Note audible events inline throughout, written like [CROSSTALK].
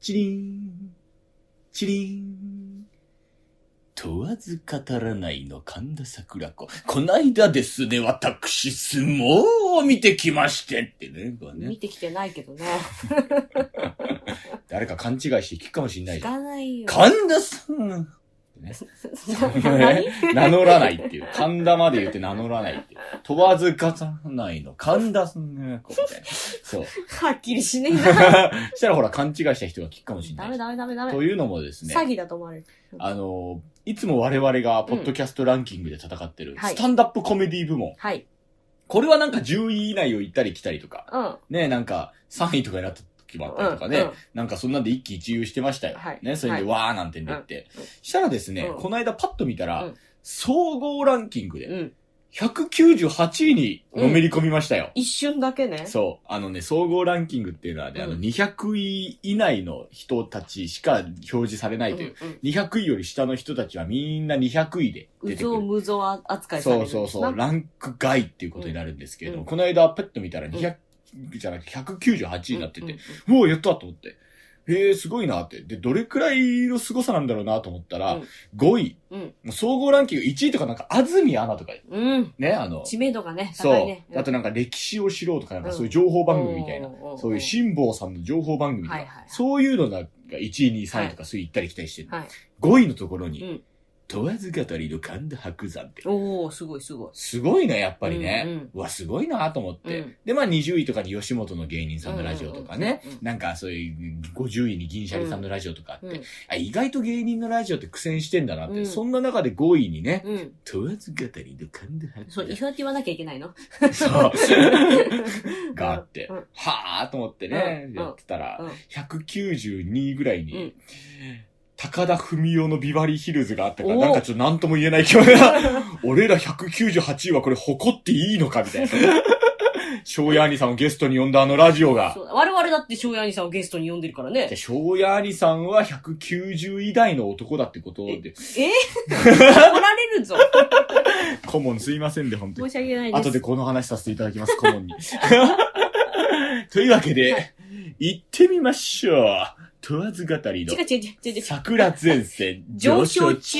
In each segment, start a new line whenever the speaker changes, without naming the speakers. チリン、チリン。問わず語らないの神田桜子。こないだですね、私、相撲を見てきましてってね。これね
見てきてないけどね。
誰か勘違いして聞くかもしれない
聞
じゃん。
かない [LAUGHS] よ。
神田さん
そんな何
名乗らないっていう。神田まで言って名乗らないっていう。問わず語らないの神田さんが、こうみたいな。そう。 [LAUGHS]
はっきりしねえな。
したらほら、勘違いした人が聞くかもしれ
ダ
な
メ
い。
ダメダメダメ。
というのもですね、
詐欺だと思われる。
あの、いつも我々がポッドキャストランキングで戦ってる、
はい
スタンダップコメディ部門。
はい。
これはなんか10位以内を行ったり来たりとか、
うん。
ね、なんか3位とかになった時もあったりとかね、
うんうん
なんかそんなんで一喜一憂してましたよ。
はい
ね、それで
はい
わーなんて言って。
うんうん
したらですね、
うん
この間パッと見たら、
うん
総合ランキング
う
で
ん。
198位にのめり込みましたよ。
一瞬だけね。
そう。あのね、総合ランキングっていうのはね、あの、
うん
200位以内の人たちしか表示されないという。
うんうん
200位より下の人たちはみんな200位で出て
うぞ
く
う
る。
むぞう扱いされ
そ
るん
う
ですな。
そうそう、ランク外っていうことになるんですけれども、
うん
この間ペット見たら200、じゃなくて198位になってて、うおやったと思って。へえ、すごいなって。で、どれくらいの凄さなんだろうなと思ったら、
うん
5位。
うん。うん。
もう総合ランキング1位とかなんか、安住アナとか、
うん。うん
ね、あの、
知名度がね、
そ
高
う、
いね。
あとなんか歴史を知ろうとか、なんかそういう情報番組みたいな。
な
そういう辛坊さんの情報番組とか、
はいはいはい
そういうのなんか1位、2位、3位とかそういう行ったり来たりしてる、
はい。
5位のところに、
うん
問わず語りの神田伯山って。
おー、すごいすごい。
すごいね、やっぱりね。
う
うん
うん
わ、すごいなと思って、
うん
で、まあ20位とかに吉本の芸人さんのラジオとかね。
うんうんうん
なんかそういう50位に銀シャリさんのラジオとかあって、
うん
あ意外と芸人のラジオって苦戦してんだなって。
うん
そんな中で5位にね、
うん。
問わず語りの神田伯
そう、
山
意。外と言わなきゃいけないの。
そう。
[LAUGHS]
があって、
うん
はあと思ってね、
うん
やってたら、
うん
192位ぐらいに、
うん
高田文雄のビバリーヒルズがあったから、
おー
なんかちょっと何とも言えない気分が、 [LAUGHS] 俺ら198位はこれ誇っていいのかみたいな。
[LAUGHS]
翔也兄さんをゲストに呼んだあのラジオが
そ。う我々だって翔也兄さんをゲストに呼んでるからね
で。翔也兄さんは190位台の男だってことで、 [LAUGHS]
え怒られるぞ。
顧問すいませんで、本当に
申。し訳ないです。
後でこの話させていただき
[LAUGHS]
ます、顧問に。というわけで、行ってみましょう。問わず語りの
違う違う違う違う。
桜前線
上昇中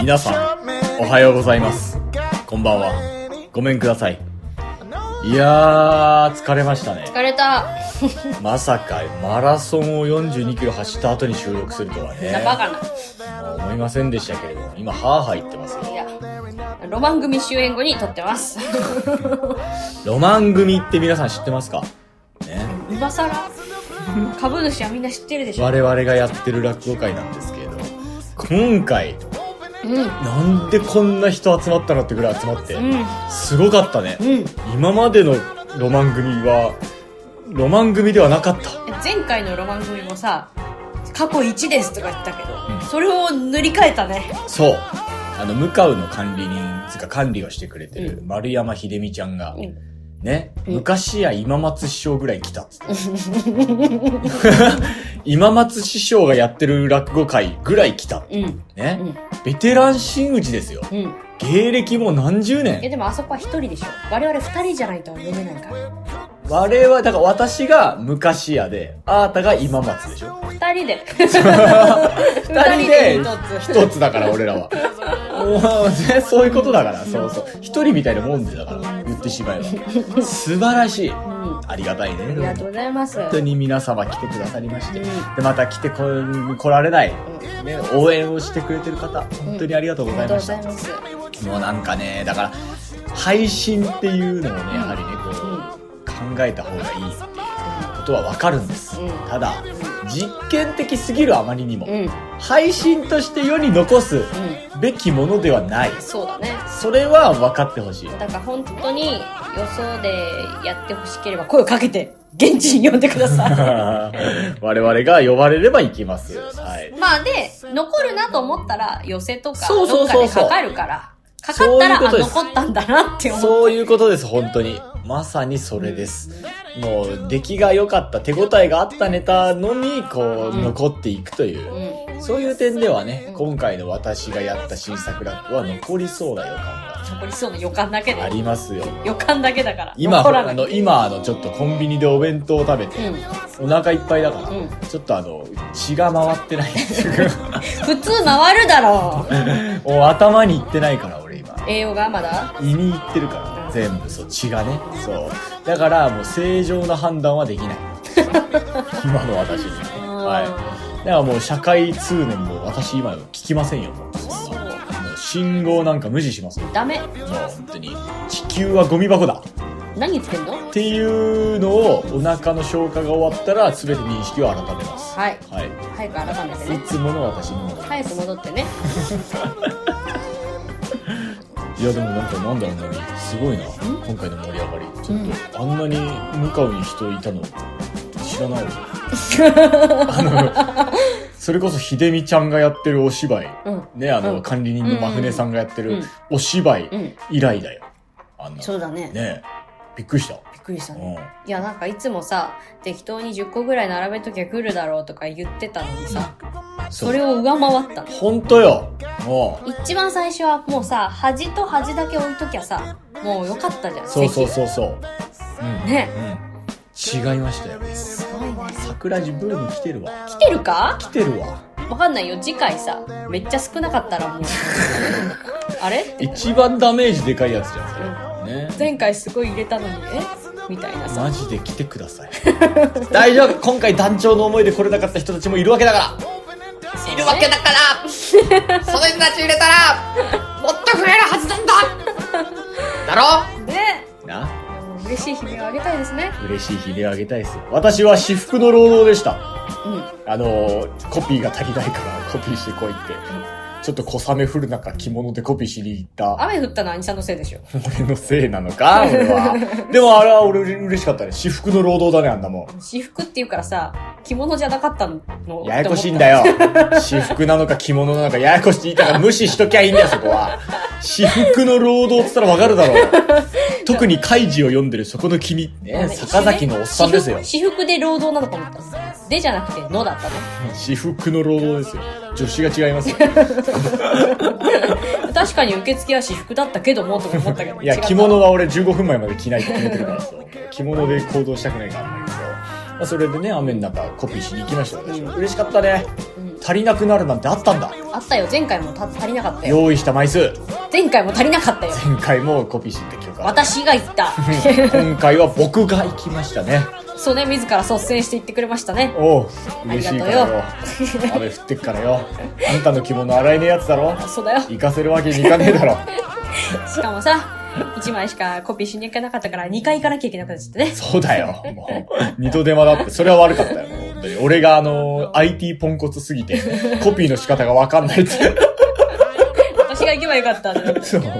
皆さんおはようございますこんばんは
ごめんください。い
いや
やー、疲れましたね。
疲れた。
まさかマラソンを42キロ走った後に収録するとは
なバ
ね。
カな。
思いませんでしたけれども、今、ハーハー言ってますよ。
いや、ロマン組終演後に撮ってます。
ロマン組って皆さん知ってますかね。
今
[LAUGHS]
更株主はみんな知ってるでしょ。
我々がやってる落語会なんですけれど今回
うん。
なんでこんな人集まったのってぐらい集まって、
う
すごかったね、
ん。うん。
今までのロマン組はロマン組ではなかった
前回のロマン組もさ、過去1ですとか言ったけど、それを塗り替えたね。
そうあの向かうの管理人つうか管理をしてくれてる丸山秀美ちゃんが、
うん
ね、
うん
昔や今松師匠ぐらい来たっつって [LAUGHS] 今松師匠がやってる落語会ぐらい来た、
うん。
ね
うん
ベテラン真打ちですよ
うん。
芸歴もう何十年
え、でもあそこは一人でしょ。我々二人じゃないとは読めないから。
我々、だから私が昔やで、あーたが今松でしょ
二
[LAUGHS]
人で。
二
二人で一つ。
一つだから俺らは。もうね、そういうことだから、そうそう。一人みたいなもんでだから、言ってしまえば。素晴らしい。
うん。
ありがたいね。
ありがとうございます。
本当に皆様来てくださりまして。
うん
で、また来てこ来られない、ね、応援をしてくれてる方、本当にありがとうご
あり
ざ
が
い
と
ま
うご
し
ざ
た
い。ます。
もうなんかね、だから、配信っていうのをね、やはりね、こう、考えた方がいいっていうことはわかるんです。
うん
ただ、実験的すぎるあまりにも、
うん。うん。うん。
配信として世に残すべきものではない。
そうだね。
それは分かってほしい。
だから本当に予想でやってほしければ声をかけて、現地に呼んでください。
[LAUGHS] 我々が呼ばれれば行きます。はい。
[LAUGHS] まあで、残るなと思ったら寄せとか、
そう
ど
そ
っ
う
か
そう
で
そう
かかるから、かかったら、
そういうこと
あ
です
残ったんだなって思う。
そういうことです、本当に。まさにそれです。もう、出来が良かった、手応えがあったネタのみ、こう、
うん
残っていくというう。
ん
そういう点ではね、今回の私がやった新作ラップは残りそうな予感
残りそうな予感だけ
があ
で
りますよ。
予感だけだから
今、
残ら
あ
ない
の、今、あの、ちょっとコンビニでお弁当を食べて、
うん
お腹いっぱいだから、
うん
ちょっとあの、血が回ってないんですよ
普通回るだろ
[LAUGHS]
う
もう頭にいってないから、俺今。
栄養がまだ
胃にいってるから、
うん
全部、そう、血がね。そう。だから、もう正常な判断はでき
[LAUGHS]
ない。今の私に。はい。だからもう社会通念も私今聞きませんよ、もう。
そう
もう信号なんか無視しますよ。も
ダメ
う本当に、地球はゴミ箱だ
何言ってんの
っていうのをお腹の消化が終わったら全て認識を改めます。
はい
はい。
早く改めて
い
ね
つもの私に戻る。
早く戻 [LAUGHS] ってね
いやでもなんかなんだろうね、すごいな、今回の盛り上がり。ちょっと、あんなに向かうに人いたの知らないわ。あの、それこそ秀美ちゃんがやってるお芝居。
うん
ね、あの、
うん
管理人の真船さんがやって
うん
る
うん
お芝居
うん
以来だよ。あんな。
そうだね
ねびっくりした。
びっくりした
う
ね
ん。
いやなんかいつもさ適当に10個ぐらい並べときゃ来るだろうとか言ってたのにさ
そ
それ
を。
を上回ったの
ほんとよ。もう。
一番最初はもうさ端と端だけ置いときゃさもうよかったじゃん
そうそう
う
そうそう。うん。
ね
うん。違いましたよ。
すごいね
桜地ブーム来てるわ。
来てるか
来てるわ。
わかんないよ次回さめっちゃ少なかったら
[LAUGHS]
もうあれって
一番ダメージでかいやつじゃん、それ。ね
前回すごい入れたのにえみたいなさ
マジで来てください。 [LAUGHS] 大丈夫今回団長の思いで来れなかった人たちもいるわけだから
いるわけだからその人たち入れたらもっと増えるはずなんだ
だろ
ね
な
もう嬉しい悲鳴をあげたいですね
嬉しい悲鳴をあげたいですよ私は私服の労働でした
うん
あのーコピーが足りないからコピーしてこいってちょっと小雨降る中着物でコピーしに行った
雨降ったのは兄さんのせいでしょ
俺のせいなのか俺はでもあれは俺嬉しかったね私服の労働だねあんなもん
私服っていうからさ着物じゃなかったの
ややこしいんだ
よ
よ私服なのか着物なのかややこしいだから無視しときゃいいんだよそこは私服の労働っつったらわかるだろう特にカイジを読んでるそこの君ね坂崎のおっさんですよ
私服で労働なのか思ったでじゃなくてのだったね
私服の労働ですよ女子が違 [LAUGHS] いますよ
確かに受付は私服だったけどもとか思ったけど
いや
違った
着物は俺15分前まで着ないと決めてるからさ着物で行動したくないからあんまりまあそれでね雨の中コピーしに行きましたよ私は、嬉しかったね
うん
足りなくなるなんてあったんだ
あったよ前回もた足りなかったよ
用意した枚数
前回も足りなかったよ
前回もコピーしてた記憶ある
私が言った
[LAUGHS] 今回は僕が行きましたね
そうね自ら率先して言ってくれましたね
おう嬉しいからよ
あ
雨降ってっからよあんたの着物洗えねえやつだろ
そうだよ
行かせるわけにいかねえだろ
しかもさ1枚しかコピーしに行けなかったから2回行かなきゃいけなくなっちゃってね
そうだよ。もう、二度手間だって、それは悪かったよ。もう本当に俺があの、IT ポンコツすぎて、コピーの仕方がわかんないって。
私が行けばよかったんだよ
そう。ま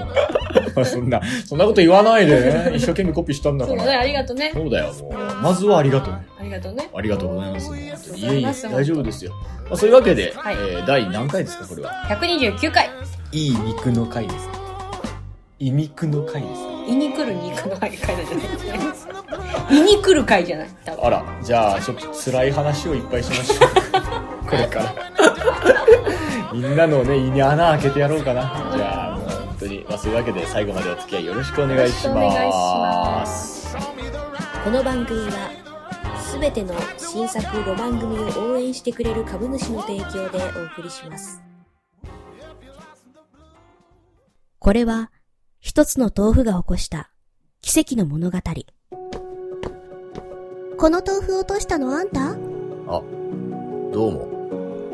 あそんな、そんなこと言わないでね。一生懸命コピーしたんだか
そう
ら。
だねありがとうね
そうだよ、もう。まずはありがとうね。
ありがとうね
ありがとうございます。本当にいえいえ、
ありがとうございます
大丈夫ですよ。まあ、そういうわけで、
はい
えー第何回ですか、これは。
129回
いい肉の回です。いい肉の回です。
胃に来る肉の回だじゃない胃に来る回じゃない多分
あら、じゃあ、ちょっと辛い話をいっぱいしましょ [LAUGHS] う。これから。みんなのね、胃に穴開けてやろうかな。じゃあ、もう本当に、まあ、そういうわけで最後までお付き合いよろしくお願いし
よろしくお願いし
ま。
ます
この番組はすべての新作5番組を応援してくれる株主の提供でお送りしますこれは一つの豆腐が起こした奇跡の物語この豆腐落としたのあんた
どう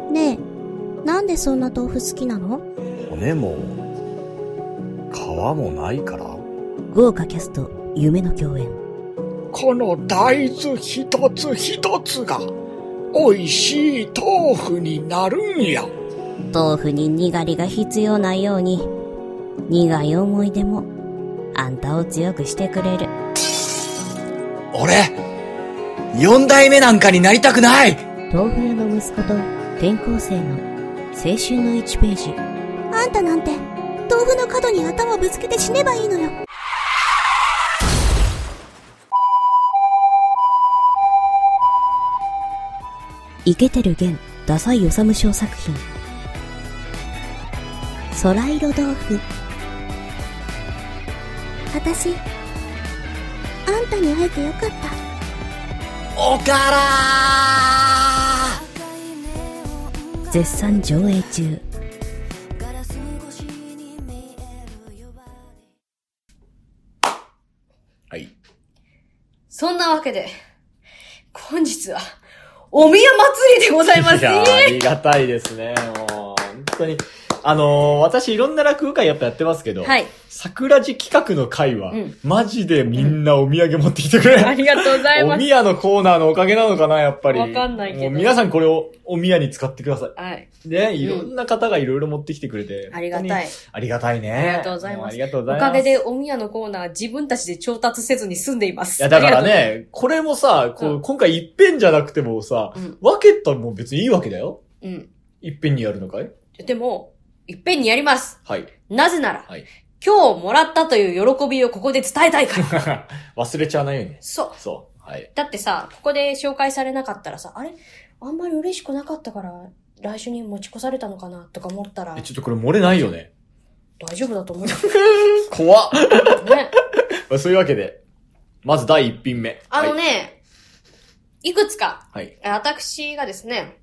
も、
ねえなんでそんな豆腐好きなの
骨も、皮もないから。
豪華キャスト夢の共演
この大豆一つ一つが美味しい豆腐になるんや。
豆腐ににがりが必要ないように苦い思い出もあんたを強くしてくれる
俺、四代目なんかになりたくない
豆腐屋の息子と転校生の青春の1ページあんたなんて豆腐の角に頭ぶつけて死ねばいいのよイケてる弦ダサいおさむ賞作品空色豆腐私あんたに会えてよかった
おから
絶賛上映中
はい。
そんなわけで、本日は、お宮祭りでございます。
いやーありがたいですね。もう、本当に。あのー私いろんな落語会やっぱやってますけど、
はい。
桜地企画の会は、
うん
マジでみんなお土産持ってきてくれ。
ありがとうござい
お
ます。
宮のコーナーのおかげなのかな、やっぱり。
わかんないけど
もう皆さんこれをお宮に使ってくださ
はい。
い。ね、いろんな方がいろいろ持ってきてくれて。
ありが
本当
た
に
い。
ありがたいね。
ありがとうございます
もありがとうござい
お
ます。
かげで、お宮のコーナー、自分たちで調達せずに済んでいます。
いや、だから
あ
ね、これもさ、こう、
うん
今回一遍じゃなくてもさ、
りがとう。
分けたらもう別にいいわけだよ。
うん。うん。
一遍にやるのかい
でも、いっぺんにやります。
はい。
なぜなら、
はい。
今日もらったという喜びをここで伝えた
[LAUGHS]
いから。
忘れちゃわないように。
そう。
そう。はい。
だってさ、ここで紹介されなかったらさ、あれあんまり嬉しくなかったから、来週に持ち越されたのかなとか思ったら
え、、ちょっとこれ漏れないよね。
大丈夫だと思うよ
怖っ
ね。
[LAUGHS] そういうわけで、まず第一品目。
あの
ね。
ね、いくつか、
はい。
え私がですね、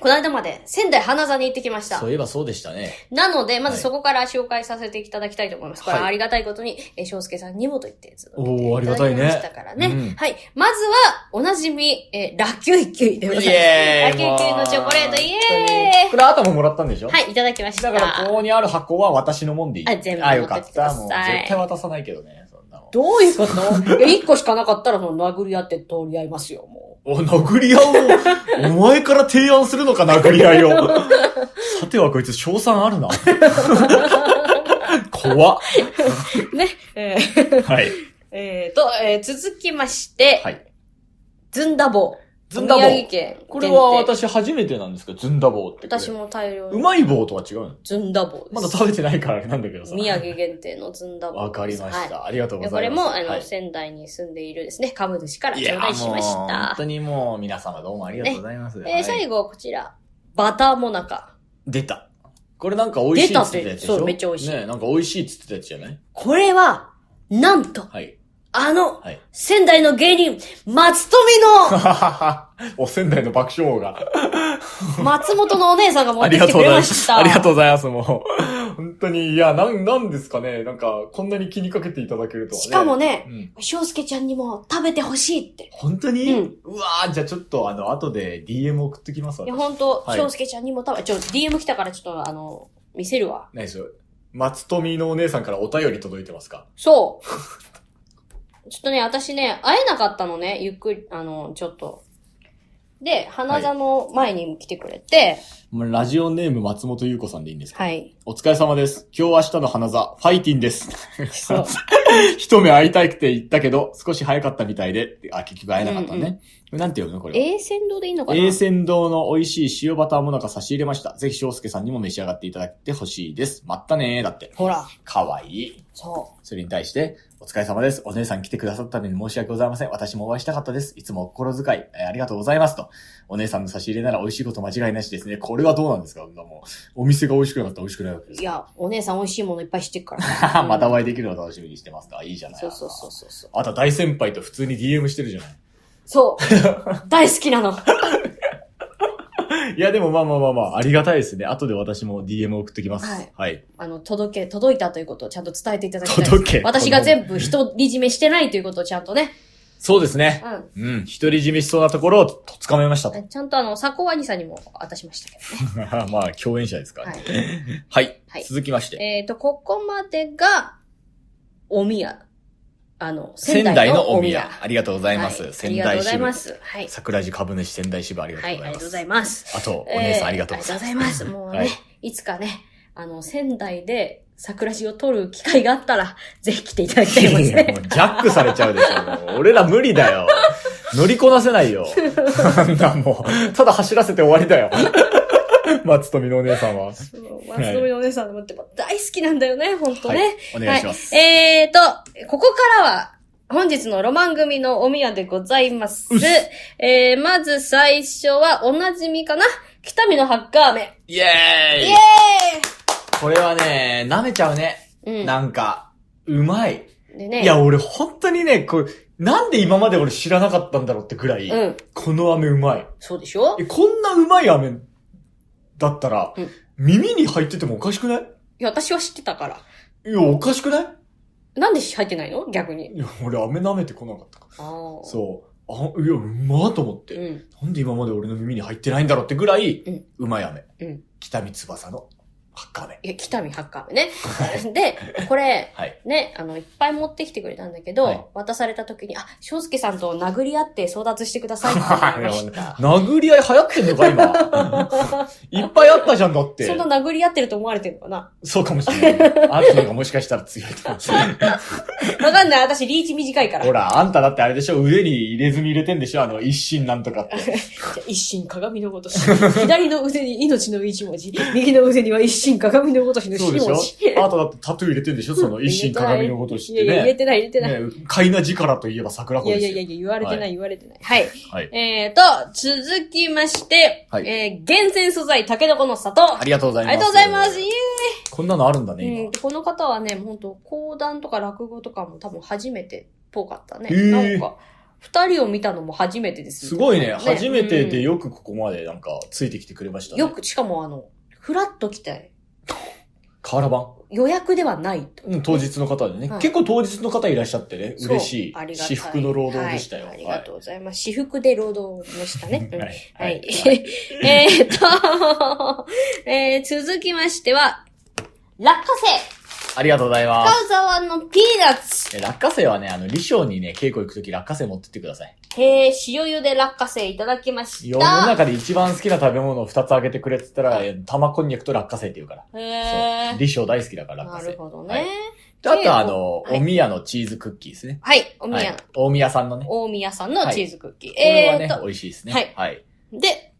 この間まで仙台花座に行ってきました
そう。いえばそうでしたね。
なので、まず
はい
そこから紹介させていただきたいと思います。これ
はい
ありがたいことに、えー、翔介さんにもと言って、ずっと
おーあ
い
りが
ただ
た
き
いね
ましたからね。
うん
はい。まずは、おなじみ、えー、ラキュイキュイでございます。ラキュイキュイのチョコレート、イエ
これあたももらったんでしょ
ーイはい、いただきました。
だから、ここにある箱は私のもんでいい。
あ全部
あ、よか
持って
っ
きてくだ
た。
さい
もう、絶対渡さないけどね、そんなの。
どういうこと [LAUGHS] いや、一個しかなかったら、その、殴り合って通り合いますよ、も
お、殴り合おう。お前から提案するのか、殴り合い
[LAUGHS]
を。さてはこいつ、賞賛あるな。怖っ。
う。ね。えー
はい。
えーと、えー続きまして、
はい。
ずんだぼう。
ずんだぼう
宮城県限定。
これは私初めてなんですけど、ずんだ棒って。
私。も大量
う
に。
まい棒とは違うの
ずんだぼうです。
まだ食べてないからあれなんだけどさ。
宮城限定のずんだぼうです。
わかりま
はい
し。た。ありがとうご
こ
ざ
れ
います。
も、あの、
はい
仙台に住んでいるですね、株主から
い
頂
や、
戴しま
も
し
う本
た。
当にもう、皆様どうもありがとうございます。
えー最
後。
後、こちら。バターモナカ。
出た。これなんか美味しいっつってたやつでしょ
出たってそうめっちゃ美味しい
ねなんか美味しいっつってたやつじゃない
これは、なんと、
はい。
あの、
はい。 [LAUGHS]
仙台の芸人、松富
お仙台の爆笑王
[LAUGHS]
が。
の、松本のお姉さんが持
あ
って
り
き
が
て
と
く
うござい
れま
ます
し。た。
ありがとうございます、もう。本当に、いや、なん、なんですかね。なんか、こんなに気にかけていただけるとはね。
しかもね
う、ん。
翔介ちゃんにも食べてほしいって。
本当に、
う
うんわー、じゃあちょっと、あの、後で DM 送ってきますわ
いや、。ほんと、
はい
翔介ちゃんにも食べ、ちょ、DM 来たからちょっと、あの、見せるわ。
何でしょう。松富のお姉さんからお便り届いてますか [LAUGHS]
そう。ちょっとね、私ね、会えなかったのね、ゆっくり、あの、ちょっと。で、花座の前に来てくれて、
もうラジオネーム松本優子さんでいいんですか
はい。
お疲れ様です。今日明日の花座、ファイティンです。 [LAUGHS]
そう。
一目会いたくて行ったけど、少し早かったみたいで、あ、結局会えなかった
うんうん
ね。なんて読むのこれは。
A 鮮度でいいのかな
栄仙堂の美味しい塩バターもなか差し入れました。ぜひ、翔介さんにも召し上がっていただいてほしいです。まったねー。だって。
ほら、
かわいい。
そ
それに対して、お疲れ様です。お姉さん来てくださったのに申し訳ございません。私もお会いしたかったです。いつもお心遣い、えーありがとうございます。と。お姉さんの差し入れなら美味しいこと間違いなしですね。これはどうなんですかそんなもうお店が美味しくなかったら美味しくないわけで
う。
す
いや、お姉さん美味しいものいっぱい知ってるから
か。[LAUGHS]
ね。
またお
うん
会いできるのを楽しみにしてますか。いいじゃない
そうそうそうそうそう。
あとは大先輩と普通に DM してるじゃない。 [LAUGHS]
そう。大好きなの。
いや、でもまあまあまあまあ、ありがたいですね。後で私も DM 送ってきます。
はい
はい
あの、届け、届いたということをちゃんと伝えていただきたいです。
届け。
私が全部独り占めしてないということをちゃんとね。
そうですね
う。ん。
うん。独り占めしそうなところをとつかめましたと。
ちゃんとあの、佐古兄さんにも渡しました
[LAUGHS]
け
まあ、共演者ですから
ど
ね。
ね。はい。
はい。
はい
続きまして。
えっ、と、ここまでが、お宮。あの、
仙台のお宮。あ
り
りがとうございます。仙
ありがとう
台
ござい
支
ま
部。
す。はい。
桜地株主仙台支部ありがと
は
う
い、あ
ご
り
ざ
が
い
と
ます
うござ。います。
あと、お姉さんありがとうございます。
えーありがとうございます。もうね、
はい
い、つかね、あの、仙台で桜地を取る機会があったら、ぜひ来ていただきたい
[LAUGHS]
で
い
す
やも
ね。
うジャックされちゃうでしょ。もう俺ら無理だ [LAUGHS] よ。乗りこなせないよ。あんなもう、ただ走らせて終わりだよ。松富のお姉さんは。
そう松戸のお姉さんもって大好きなんだよね、本当ね。
はいお願いします。
はい、えーと、ここからは、本日のロマン組のおみやでございます。えー、まず最初はおなじみかな北見のハッカーメ。
イエーイ
イエ
これはね、舐めちゃうね。
ーイうん。
なんか、うまい。
でね。
いや、俺本当にね、これ、なんで今まで俺知らなかったんだろうってぐらい、
うん。
この飴うまい。
そうでしょ
え、こんなうまい飴だったら、
うん
耳に入っててもおかしくない
いや、私は知ってたから。
いや、おかしくない
なんで入ってないの逆に。
いや、俺飴舐めてこなかったから。
ああ。
そう。あ、いや、うまーと思って、
うん。
なんで今まで俺の耳に入ってないんだろうってぐらい、
うん
うまい飴。
うん
北見翼のハッカー飴。
いや、北見ハッカーメね。 [LAUGHS] で、これ、 [LAUGHS]
はい。
ね、あの、いっぱい持ってきてくれたんだけど、
はい
渡された時に、あ、翔介さんと殴り合って争奪してくださいって言われま
[LAUGHS]
し
いや
た。
殴り合い流行ってんのか、
[LAUGHS]
今。いっぱいあったじゃんだって。
そんな殴り合ってると思われてるのかな
そうかもしれない。あったのがもしかしたら強いと思う。
わかんない。私、リーチ短いから。
ほら、あんただってあれでしょ腕に入れ墨入れてんでしょあの、一心なんとかって。
じゃあ一心鏡のごとし。左の腕に命の一文字。右の腕には一心鏡のごとしの
そう
四
でし
文
ょ
字。
あんただってタトゥー入れてんでしょその一心鏡のこと知っ
いや
て
いや、入れ
ね。
てない、入れてない。
ね、海な力といえば桜
い
子
や
で
い
す
や
よ。
いやいや、言われてない、
はい
言われてない。はい。
はい
えーと、続きまして、
はい
えー、厳選素材、タケノコの里。あ
ありがとうございます。
りがとうございます。イエ
こんなのあるんだ
ーイ
ね、
うん、この方はね、本当講談とか落語とかも多分初めてっぽかったね。
へー
なんか、二人を見たのも初めてです。
すごいね。初めて
う
で
ん
よくここまでなんかついてきてくれましたね。
よく、しかもあの、フラッと来て、
瓦版。
予約ではないと。
うん、当日の方でね、
はい
結構当日の方いらっしゃってね、
そう
嬉しい
ありが
私
た
服の労働でしたよ。
はいありがとうございます。私服で労働でした
[LAUGHS]
ね。うん
は
はいい。
は
はいい。 [LAUGHS] えーっと、 [LAUGHS] えー続きましては、落花生、
ありがとうございま
深沢のピーナッツ。
す。え落花生はね、あの、理想にね、稽古行くとき落花生持ってってください。
えー、塩茹で落花生いただきまし
世の
た。
中で一番好きな食べ物を二つあげてくれって言ったら、えー玉こんにゃくと落花生って言うから。
え
そう。
ー、
理想大好きだから、落
な
花
る
生。
ほど
は
ね
い。であとはあ
稽
の、
はい
おみやのチーズクッキーですね。
はい、おみ
はい
や、。
大宮さんのね。こ
大宮さんのチーズクッキー。
れは
えーっ
ね、
と
美、味しいですね。
はい
はい。
で、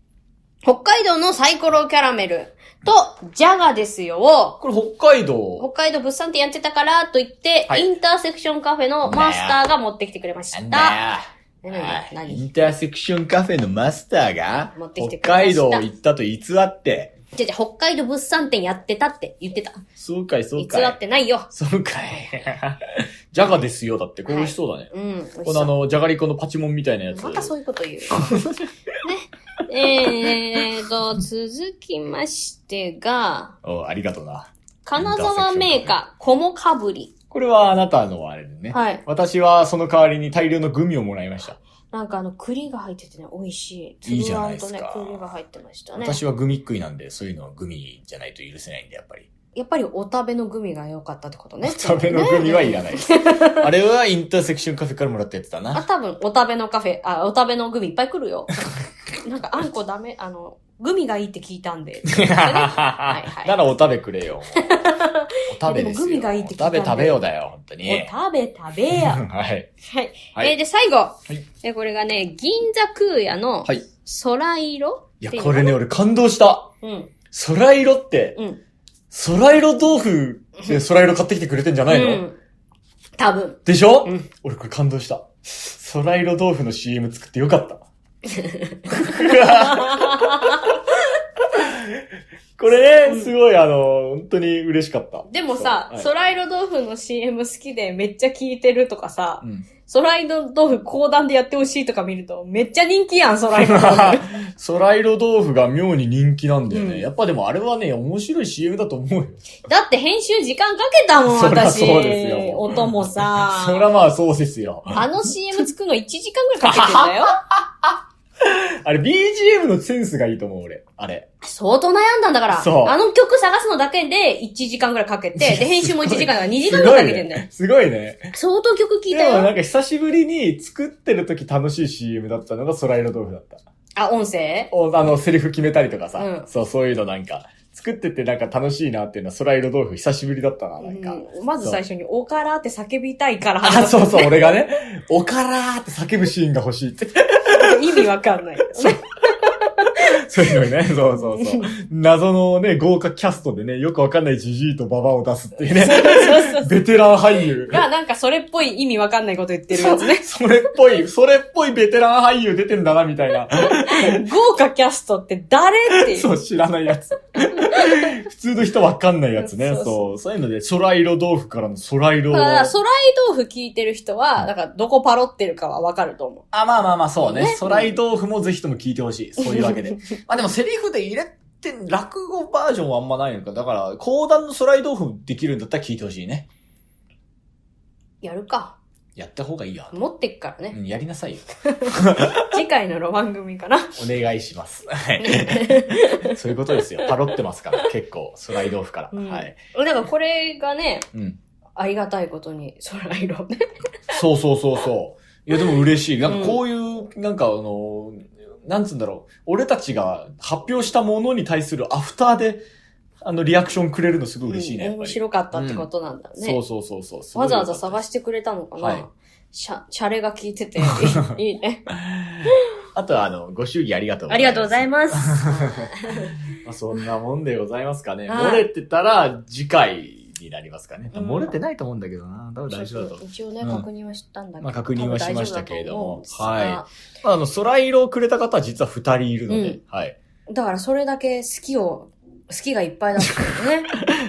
北海道のサイコロキャラメルと、ジャガですよを、
これ北海道
北、海道物産展やってたからと言って、
はい
インターセクションカフェのマスターが持ってきてくれまし
だ
た。
よ
何
はい
何
イ
じ
ンターセクションカフェのマスターが
持ってきてく
北
れま
海
した
道行ったと偽って、
ゃじゃ、北海道物産展やってたって言ってた。
そうかいそう
偽
かい。
ってないよ。
そうかい。 [LAUGHS] じゃがですよ、だって。これ美味しそうだね。
うん。美味しそう
このあの、じゃがりこのパチモンみたいなやつ。
またそういうこと言う。
[LAUGHS]
ね。えーと、続きましてが、
おありがとうな。
金沢メーカー、コモかぶり。
これはあなたのあれでね。
はい
私はその代わりに大量のグミをもらいました。
なんかあの、栗が入っててね、美味しい。
いいじゃないです
つ
か
ぶあんとね、栗が入ってましたね。
私はグミっ食いなんで、そういうのはグミじゃないと許せないんで、やっぱり。
やっぱりお食べのグミが良かったってことね。
食べのグミはいら
[LAUGHS]
ないです。あれはインターセクションカフェからもらったやつだ
あ、
な。
多分、お食べのカフェ、あ、お食べのグミいっぱい来
[LAUGHS]
るよ。なんか、あんこダメ、あの、グミがいいって聞いたんで。いはい
ならお食べくれ
[LAUGHS]
よ。お食べですよ。
でもグミがいいって聞いた
お
ん
食
で
べ食べようだよ、本当
お
に。
食べ食べや。はい。
はい。はい
えーで、最後。
い
えーこれがね、銀座空也の
はい、
空色
いや
って、うの
これね、俺感動した。
うん。
空色って、
うん。
空色豆腐で空色買ってきてくれてんじゃないの、
うん。多分。
でしょ、
うん
俺これ感動した。空色豆腐の CM 作ってよかった。これね、すごいあの、本当に嬉しかった。
でもさ、
そうはい
空色豆腐の CM 好きでめっちゃ聞いてるとかさ、
うん
空色豆腐講談でやってほしいとか見ると、めっちゃ人気やん、空色
[LAUGHS]
豆腐。
空色豆腐が妙に人気なんだよね。
うん
やっぱでもあれはね、面白い CM だと思うよ。
だって編集時間かけたもん、
そりゃ
私。
そうですよ
音
[LAUGHS]
も
そり
さ。
ゃまあそうですよ。
あの CM 作るの1時間ぐらいかけてん
[LAUGHS]
だよ。
あれ BGM のセンスがいいと思う、俺。あれ。
相当悩んだんだから。
そう
あの曲探すのだけで1時間ぐらいか
[LAUGHS]
けて、で、編集も1時間だから2時間
す
ぐら
ご
い
い
かけてんだよ
ね。。すごいね。
相当曲聴いた
でもな
よ。
んか久しぶりに作ってる時楽しい CM だったのが空色豆腐だった。
あ、音声
おあの、セリフ決めたりとかさ、
うん
そう、そういうのなんか、作っててなんか楽しいなっていうのは空色豆腐久しぶりだったな、なんか。
うんまず最初に、おからって叫びたいから始ま
あ、
る
そうそう、俺がね、おからーって叫ぶシーンが欲しいって。
[LAUGHS] 意味わかんない。
そういうのにね、そうそうそう。謎のね、豪華キャストでね、よくわかんないジジイとババアを出すっていうね、
[LAUGHS]
ベテラン俳優。
が、なんかそれっぽい意味わかんないこと言ってるやつね。
[LAUGHS] それっぽい、それっぽいベテラン俳優出てんだな、みたいな。
豪華キャストって誰
[LAUGHS]
っていう。
そう、知らないや
[LAUGHS]
つ。普通の人わかんないやつね。
そう
そ
そう
うそういうので、空色豆腐からの空色
だ
を。
から、ソライ豆腐聞いてる人は、だからどこパロってるかはわかると思う。
あ、まあまあまあ、そう
ね
ね。空色豆腐もぜひとも聞いてほしい。そういうわけ
[LAUGHS]
で。まあでもセリフで入れて、落語バージョンはあんまないのか。だから、講談の空色豆腐できるんだったら聞いてほしいね。
やるか。
やった方がいいよ。
持ってっから
う
ね。
ん、やりなさいよ。
次回のロマン組かな。
お願いします。はい。
[LAUGHS]
そういうことですよ。パロってますから、結構、スライドオフから。
うん
はい。
だからこれがね、
うん。
ありがたいことに、ソライロね。
そうそうそうそう。いや、でも嬉しい。なんかこういう、なんかあの、なんつうんだろう。俺たちが発表したものに対するアフターで、あの、リアクションくれるのすごい嬉しいね。
う
や
ん
っぱ
面
り
白かったってことなんだね。
そうそうそうそう。すごい
わざわざ
よかっ
探してくれたのかな、
はい
シャ、シャレが効いて
[LAUGHS]
て、いいいいね。
た。あとは、あの、ご祝儀ありがとう
ありがとうござい
ま
ます。
す。まあ、そんなもんでございますかね。
はい
漏れてたら、次回になりますかね。
うん
漏れてないと思うんだけどな。多分 [LAUGHS] 大丈夫だと思う
一応ね、
うん
確認はしたんだけど。
まあ確認はしましたけれども
多分大丈夫だと思うんです
まああの、空色をくれた方は実は二人いるので、
うん
はい。
が。だからそれだけ好きを、好きがいっぱいだっ
[LAUGHS]
たよね。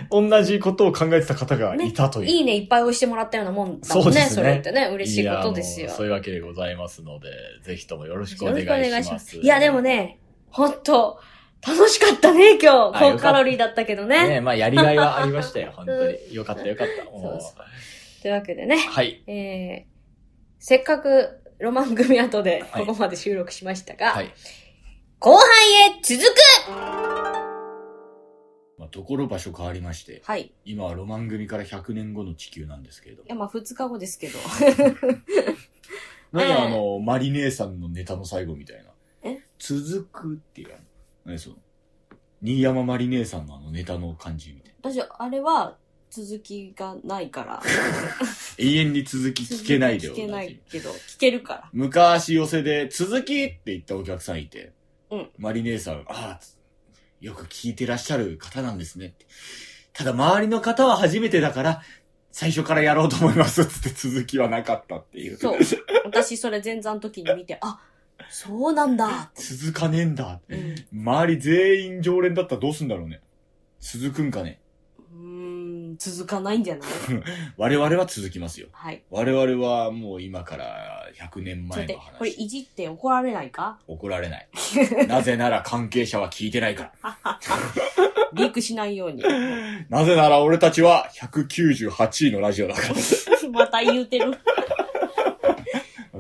同じことを考えてた方がいたという。
いいねいっぱい押してもらったようなもんだもん
そうで
ね、
すね
それってね。嬉しいことです
い
よ
や。もうそういうわけでございますので、ぜひともよろしくお
よ
願い
ろ
し
しくお願
ま
い
す。
します。いや、でもね、ほんと、楽しかったね、今日。
あよかった
高カロリーだったけどね。
ねまあやりがいはありま
[LAUGHS]
したよ、本当に。よかったよかった。もう
そうそというわけでね、
はい。
えー、せっかくロマン組後で
は
こ
い
こまで収録しましたが、
はい。
後半へ続く
まあ、ところ場所変わりまして、
はい。い
今はロマン組から100年後の地球なんですけれども。
や、まあ、2日後です [LAUGHS] けど。
なん
ええ
かあの、マリ姉さんのネタの最後みたいな。
え
続くっていうあの、何その、新山マリ姉さんのあのネタの感じみたいな。
私、あれは、続きがないから。
永遠に続き聞けないでお
聞け
な
な
じみ
いけど、聞けるから。
昔寄せで、続きって言ったお客さんいて、
うん
マリ姉さん、ああ、つよく聞いてらっしゃる方なんですねって。ただ周りの方は初めてだから、最初からやろうと思いますっつって続きはなかったっていう。
そう。私、それ前座の時に見て、あ、そうなんだ。
続かねえんだ。
うん
周り全員常連だったらどうすんだろうね。続くんかね。
うーん、続かないん
[LAUGHS]
じゃない
我々は続きますよ。
はい。
我々はもう今から100年
ちょっ
前
と
の
待ってこれ
話。
いじって怒られな
[LAUGHS]
いか
怒られない。なぜなら関係者は聞いてないから。
リークしないように。
なぜなら俺たちは198位のラジオだか
また言うてる。
ら。 [LAUGHS]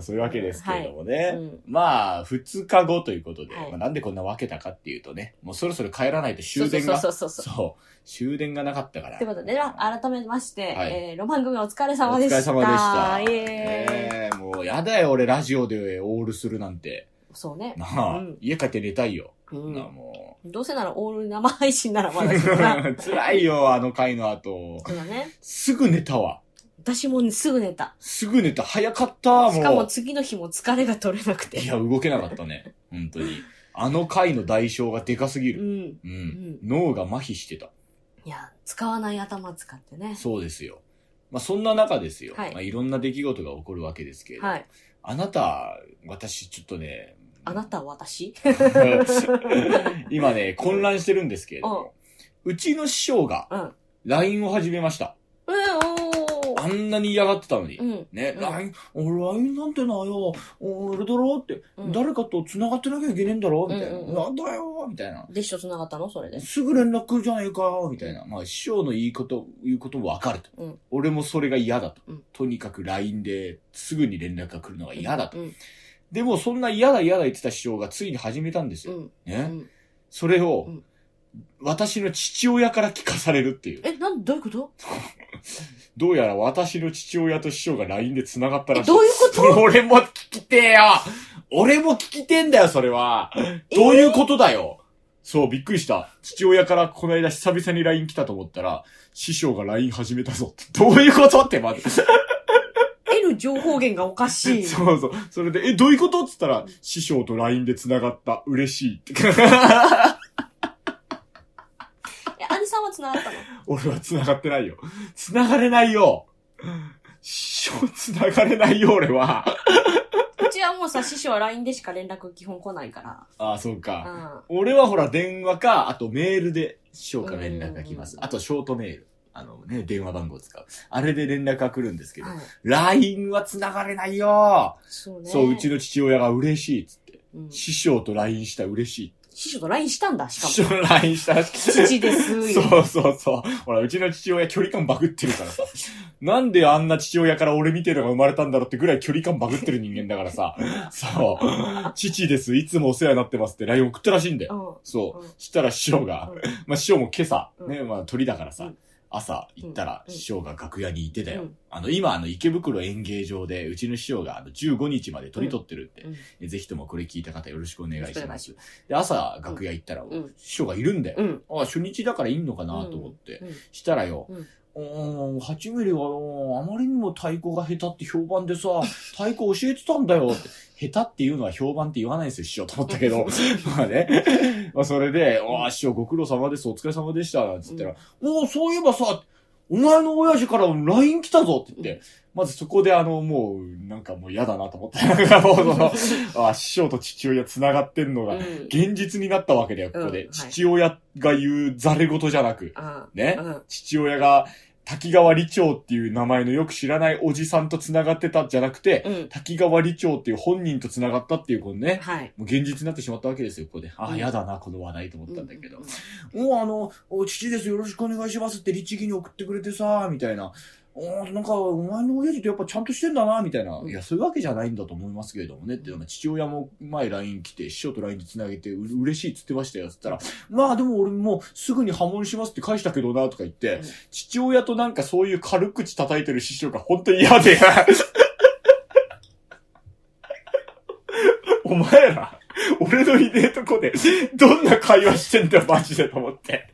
そういうわけですけれどもね。
うん
まあ、2日後ということで、
はい
まあ、なんでこんな分けたかっていうとね、もうそろそろ帰らないと
そ
[LAUGHS]
う
終
そう
電
そう
が、
そう
そう
そうそう。
終電がなかったから。
ってことで、改めまして、
はい
えーロマン組お疲れ
お
様
疲れ
でした。
様でした。
イエーイ
ねえもうやだよ、俺ラジオでオールするなんて。
そうね。
なあ、
うん
家帰って寝たいよ。
う
なあ
ん。
も
どうせならオール生配信ならまだし
う
もな。。
[LAUGHS] 辛いよ、あの回の後。
そうだね。
すぐ寝たわ。
私もねすぐ寝た。
すぐ寝た。早かった、もう。
しかも次の日も疲れが取れなくて
い。や、動けなかったね。本当に。あの回の代償がでかすぎ
う
る。
ん。
うん。
ん
脳が麻痺してた。
いや、使わない頭使ってね。
そうですよ。まあ、そんな中ですよ。
はい
い。まあ、いろんな出来事が起こるわけですけれど。
はい。
あなた、私、ちょっとね。 [LAUGHS]
あなたは私
今ね、混乱してるんですけれども。うちの師匠
う
が
ん、
LINE を始めました。
うん、お
あ
ー
んなに嫌がってたのに。
うん。
ね
う、ん
LINE、俺 LINE なんてなよ、俺だろって、
うん
誰かと繋がってなきゃいけねえんだろみたいな。
うんうんうん
なんだよみたいな。
で、一緒繋がったのそれで。
すぐ連絡じゃねえかよみたいな。まあ、師匠の言いこと、言うこともわかると、
うん
俺もそれが嫌だと。
うん
とにかく LINE ですぐに連絡が来るのが嫌だと。
うん。
でも、そんな嫌だ嫌だ言ってた師匠がついに始めたんです
う
よ。
ん。う
ね。
ん。
それを、
うん
私の父親から聞かされるっていう。
え、なん、どういうこと
どうやら私の父親と師匠が LINE で繋がったらしい。
えどういうこと
[LAUGHS] 俺も聞きてえよ俺も聞きてえんだよ、それは。どういうことだよ、そう、びっくりした。父親からこの間久々に LINE 来
[LAUGHS]
たと思ったら、師匠が LINE 始めたぞって。どういうことって、まず。
え、ルる情報源がおかし
[LAUGHS]
い。
そうそう。それで、え、どういうことっつったら、師匠と LINE で繋がった。嬉しいって。
え、兄さんは繋がったの
俺は繋がってないよ。繋がれないよ。師匠繋がれないよ、俺は。
うちはもうさ、師匠は LINE でしか連絡基本来ないか
ああ、そう
ら。
か。
う
俺はほら、電話か、あとメールで師匠から連絡が来ます。あと、ショートメール。あのね、電話番号使う。あれで連絡が来るんですけ
ん。
ど、
はい。
LINE は繋がれないよ。
そうね。
そう、うちの父親が嬉しいっつって。
うん
師匠と LINE したら嬉しい。
師匠と LINE したんだ、しかも
師匠。と LINE したらしくて。
父です。
そうそうそう。ほら、うちの父親距離感バグってるからさ。なんであんな父親から俺みてえのが生まれたんだろうってぐらい距離感バグってる人間だからさ。そう。父です。いつもお世話になってますって LINE 送ったらしいんだよ。
うん
そう
うん。
したら師匠が
うん、
まあ師匠も今朝、
うん
ね、まあ鳥だから
う
さ
ん、
朝行ったら
うん
師匠が楽屋にいてだ
う
よ
ん。
あの、今あの池袋演芸場でうちの師匠があの15日まで鳥取ってるって
うんうん。
えぜひともこれ聞いた方よろしくお願いし
お願
ま
いし
す。で、朝楽屋行ったら
ん
師匠がいるんだよ。
うん。
あ、初日だからいんのかなと思って。
うんうん
したらよ、
うん
うーん、八ミリはよ、あまりにも太鼓が下手って評判でさ、 [LAUGHS] 太鼓教えてたんだよって。下手っていうのは評判って言わないんですよ、師匠と思った
[LAUGHS]
け [LAUGHS] ど。まあね。まあそれで、ああ、師匠ご苦労様です、お疲れ様でした、なんつったら、おお、そういえばさ、お前の親父から LINE 来たぞって言って、まずそこであの、もう、なんかもう嫌だなと思って、なんかもうその、ああ、師匠と父親繋がってんのが、
うん。
現実になったわけだよ、ここで。
うんはい
父親が言うザレ事じゃなく、
あ
ね、
うん
父親が滝川理長っていう名前のよく知らないおじさんと繋がってたじゃなくて、
うん。
滝川理長っていう本人と繋がったっていうこのね、
はい。
もう現実になってしまったわけですよ、ここで。あ
う
あ、
ん
やだな、この話題と思ったんだけど
うん。
もうあの、お父です、よろしくお願いしますって律儀に送ってくれてさ、みたいな。おーなんか、お前の親父とやっぱちゃんとしてんだな、みたいな。
うん
いや、そういうわけじゃないんだと思いますけれどもね。って、なんか父親も前 LINE 来て、師匠と LINE で繋げて、う嬉しいっつってましたよ、つったら、まあでも俺もうすぐに破門しますって返したけどな、とか言っ
う
て、
ん
父親となんかそういう軽口叩いてる師匠が本当に嫌
[LAUGHS]
で。お前ら、俺のいねえとこで、どんな会話してんだよ、マジでと思って。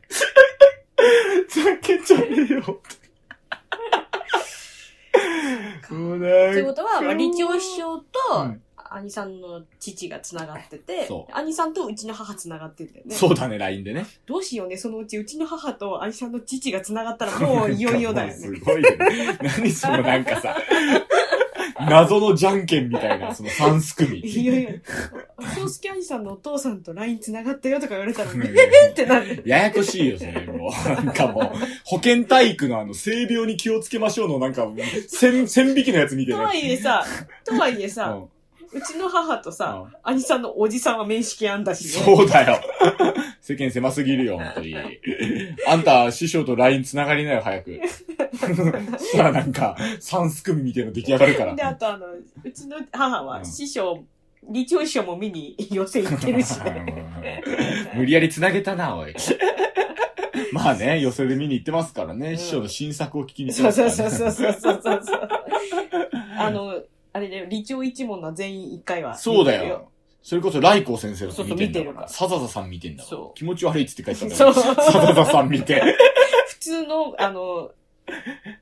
ふざけちゃねえよ。
[LAUGHS]
もう
というこ
なんか
とは、まあ理長師匠と
うん、
兄さんの父が繋がってて
そ、
兄さんとうちの母繋がってんだよね。
そうだね、LINE でね。
どうしようね、そのうちうちの母と兄さんの父が繋がったらもういよいよだよ
す [LAUGHS]
ね。
ごいよね。何そのなんかさ、謎のじゃんけんみたいな、その三すくみ。
いよいよ。宗介兄さんのお父さんと LINE 繋がったよとか言われ
[LAUGHS]
たら、
うん
ねえってなる。
ややこしいよ、それ。もう、なんかもう、保健体育のあの、性病に気をつけましょうの、なんか、千、千匹のやつ見て
と
るやつ。
はいえ
[LAUGHS]
さ、とはいえ
う
さ、
ん
うちの母とさ、兄さんのおじさんは面識あんだしね。
そうだよ。世間狭すぎるよ、本当に。あんた、師匠と LINE 繋がりなよ、早く。 [LAUGHS] そしたらなんか、三すくみみたいなの出来上がるから。
で、あとあの、うちの母
う
は
ん
師匠、理長師匠も見に寄せ行ってるし、ね、
[LAUGHS] 無理やり繋げたな、おい。まあね、寄せで見に行ってますからね、
ん
師匠の新作を聞きに行って
そう
ますか
そ
ら、
う
ね。
そうそうそうそうそう。あの、あれだよ、理長一門の全員一回は。
そうだ。よ。それこそ、来光先生だって
そうそう
見てんだ
見てる
か
から
ら。サザザさん見てんだから
そ。
気持ち悪いっつって書いてたんだか
そ
ら。
う。
サザザさん見て、
普通の、あの、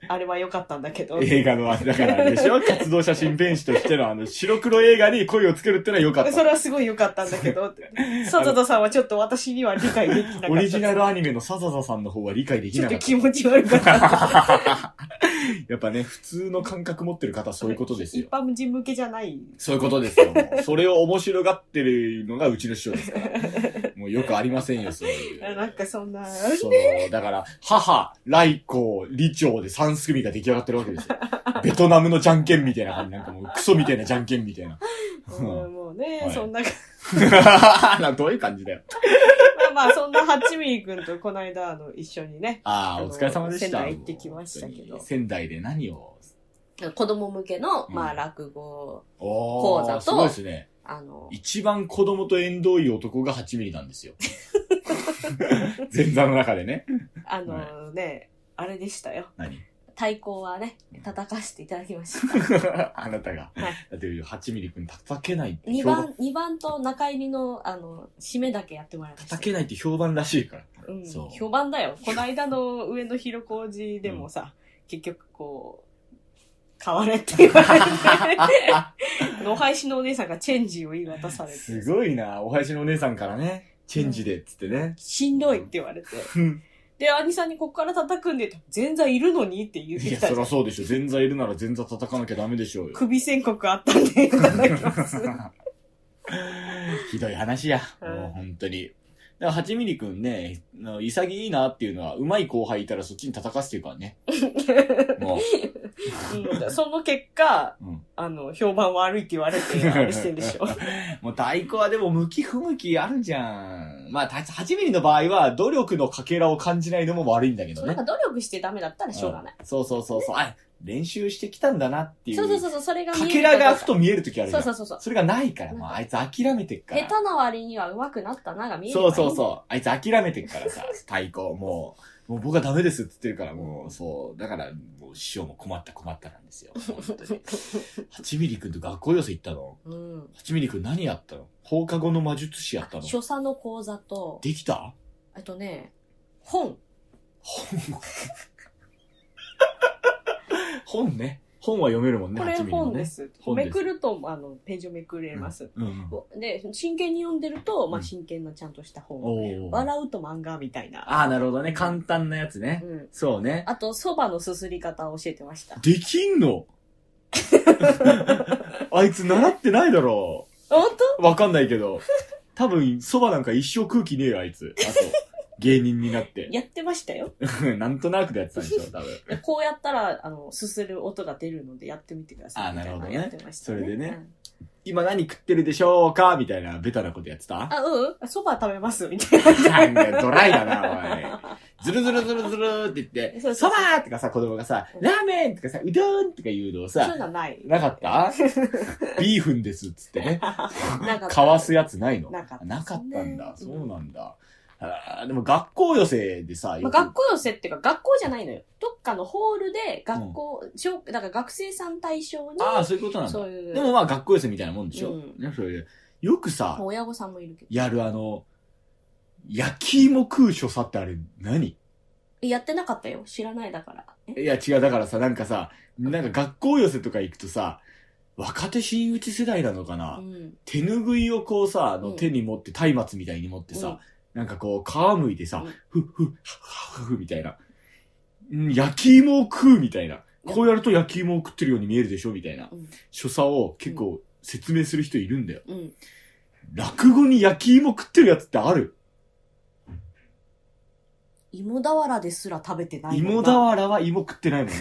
あれは良かったんだけど。
映画のあれだからあれでし
[LAUGHS]
ょ活動写真弁士としてのあの、白黒映画に声をつけるってのは良かった
そ。れはすごい良かったんだけど、サザダさんはちょっと私には理解できなかった。
オリジナルアニメのサザザさんの方は理解でき
ちょ
な
っ
かっ
と
た。
気持ち悪かった。
[LAUGHS] やっぱね、普通の感覚持ってる方はそういうことですよ
一。般人向けじゃない。
そういうことですよ。もうそれを面白がってるのがうちの師匠ですから。もうよくありませんよ、そういう。
[LAUGHS] なんかそんな、
そう、だから、母、来光、李長で三すくみが出来上がってるわけですよ。ベトナムのじゃんけんみたいな感じ、なんかもうクソみたいなじゃんけんみたいな。 [LAUGHS]
うんもうね、
はい
そんな、
などういう感じだよ。
まあまあそんな八ミリ君とこの間、あの、一緒にね、
ああ、
あの
お疲れ様でした。
仙台行ってきましたけど
仙台で何を
子供向けの、
うん
まあ、落語、
おー
講座と
すごいですね。
あの、
一番子供と縁遠い男が8ミリなんです
[LAUGHS]
よ。前座の中でね。
あのね、あれでしたよ。
何
太鼓はね、叩かせていただきました。
[LAUGHS] あなたが。
はい
だって8ミリ君叩けないって
2
評判
番、二番と中入りの、あの、締めだけやってもらいました。
叩けないって評判らしいから。
うん
そう、
評判だよ。この間の上野広小路でもさ、結局こう、
変われって言われて、野配信のお姉さんがチェンジを言い渡されて、
すごいな。おはじのお姉さんからね、チェンジでっつってね。
しんどいって言われて。で、兄さんにこっから叩くんで、全然いるのにって言って
い
き
や、
た
そりゃそうでしょ。前座いるなら前座叩かなきゃダメでしょうよ。
首宣告あったんで、いただきます。
[LAUGHS] ひどい話や。
うん
もう本当に。だから、八ミリくんね、あの潔いなっていうのは、うまい後輩いたらそっちに叩かせてるから
[LAUGHS]
ね。もう、
うんその結果、
うん
あの、評判悪いって言われて、あれしてん
[LAUGHS]
でしょ。
もう太鼓はでも向き不向きあるじゃん。まあ、た8ミリの場合は、努力のかけらを感じないのも悪いんだけ
そ
ど
うなん
ね
か。努力してダメだったらしょうがない。
うんそうそうそうそう。あ、練習してきたんだなっていう。
そうそうそうそう、それが
か
見
け
える
ら
ど
が
う
ふ
か
と見えるときあるじ
そ
ゃ。
うんそうそうそう。
それがないから、もうあいつ諦めてっから。
下手な割には上手くなったなが見える。
そうそうそう。あいつ諦めてっからさ、太鼓、もう、もう僕はダメですって言ってるから、もう、そう。だから、もう師匠も困った困ったなんですよ。本当に。八ミリ君と学校寄せ行ったの
う。うん。
八ミリ君何やったの放課後の魔術師やったの
所作の講座と、
できた
あとね、本。
本ね。本は読めるもんね、
これ
八ミリの
本で
ね。
す。
本で
め
す
くると、あの、ページをめくれます。
うんうん。
で、真剣に読んでると、ま
う
あ、
ん
真剣なちゃんとした本。
おお。あ
笑うと漫画みたいな。
あー、なるほどね。簡単なやつね
う。ん。
そうね。
あと、蕎麦のすすり方を教えてました。
できんの [LAUGHS] あいつ習ってないだろ
本
わかんないけど。多分、そばなんか一生空気ねえよ、あいつ。あと、芸人になって
当。やってましたよ。
[LAUGHS] なんとなくでやってたんでしょ、多分。
[LAUGHS] こうやったら、あの、すする音が出るのでやってみてください。
あ
みたい
なるほどね
やってました、
それでね今何食ってるでしょうかみたいな、ベタなことやってた
あ、うん蕎麦食べますみたいな。
なんかドライだな、おい。ずるずるずるずるって言って、
そう
そ
そうそう
ばとかさ、子供がさ、ラーメンとかさ、うどんとか言うのを
そういう
さ、
のはない。
なか
[LAUGHS]
ったビーフンですっつってね。
なかった
かわすやつないの
なかった
なかったんだ。
うん
そうなんだ。あーでも学校寄せでさ、
まあ、
よく
学校寄せっていうか、学校じゃないのよ。どっかのホールで、学校、小だから学生さん対象に、
ああ、そういうことなんだ。
そういう、
でもまあ学校寄せみたいなもんでしょ、
うん
ね、それで。よくさ、
親御さんもいるけど。
やるあの、焼き芋食う所作ってあれ何
やってなかったよ。知らないだから。え
いや違う、だからさ、なんかさ、なんか学校寄せとか行くとさ、若手新内世代なのかな、
うん。
手ぬぐいをこうさ、あの
うん
手に持って、松明みたいに持ってさ、なんかこう皮むいてさ、ふっふっ、ふっふっみたいな。ん焼き芋を食うみたいな。こうやると焼き芋を食ってるように見えるでしょみたいな
うん。
所作を結構説明する人いるんだよ。
うん。
落語に焼き芋食ってるやつってある
芋だわらですら食べてないも
芋
んな。
俵は芋食ってないもんね。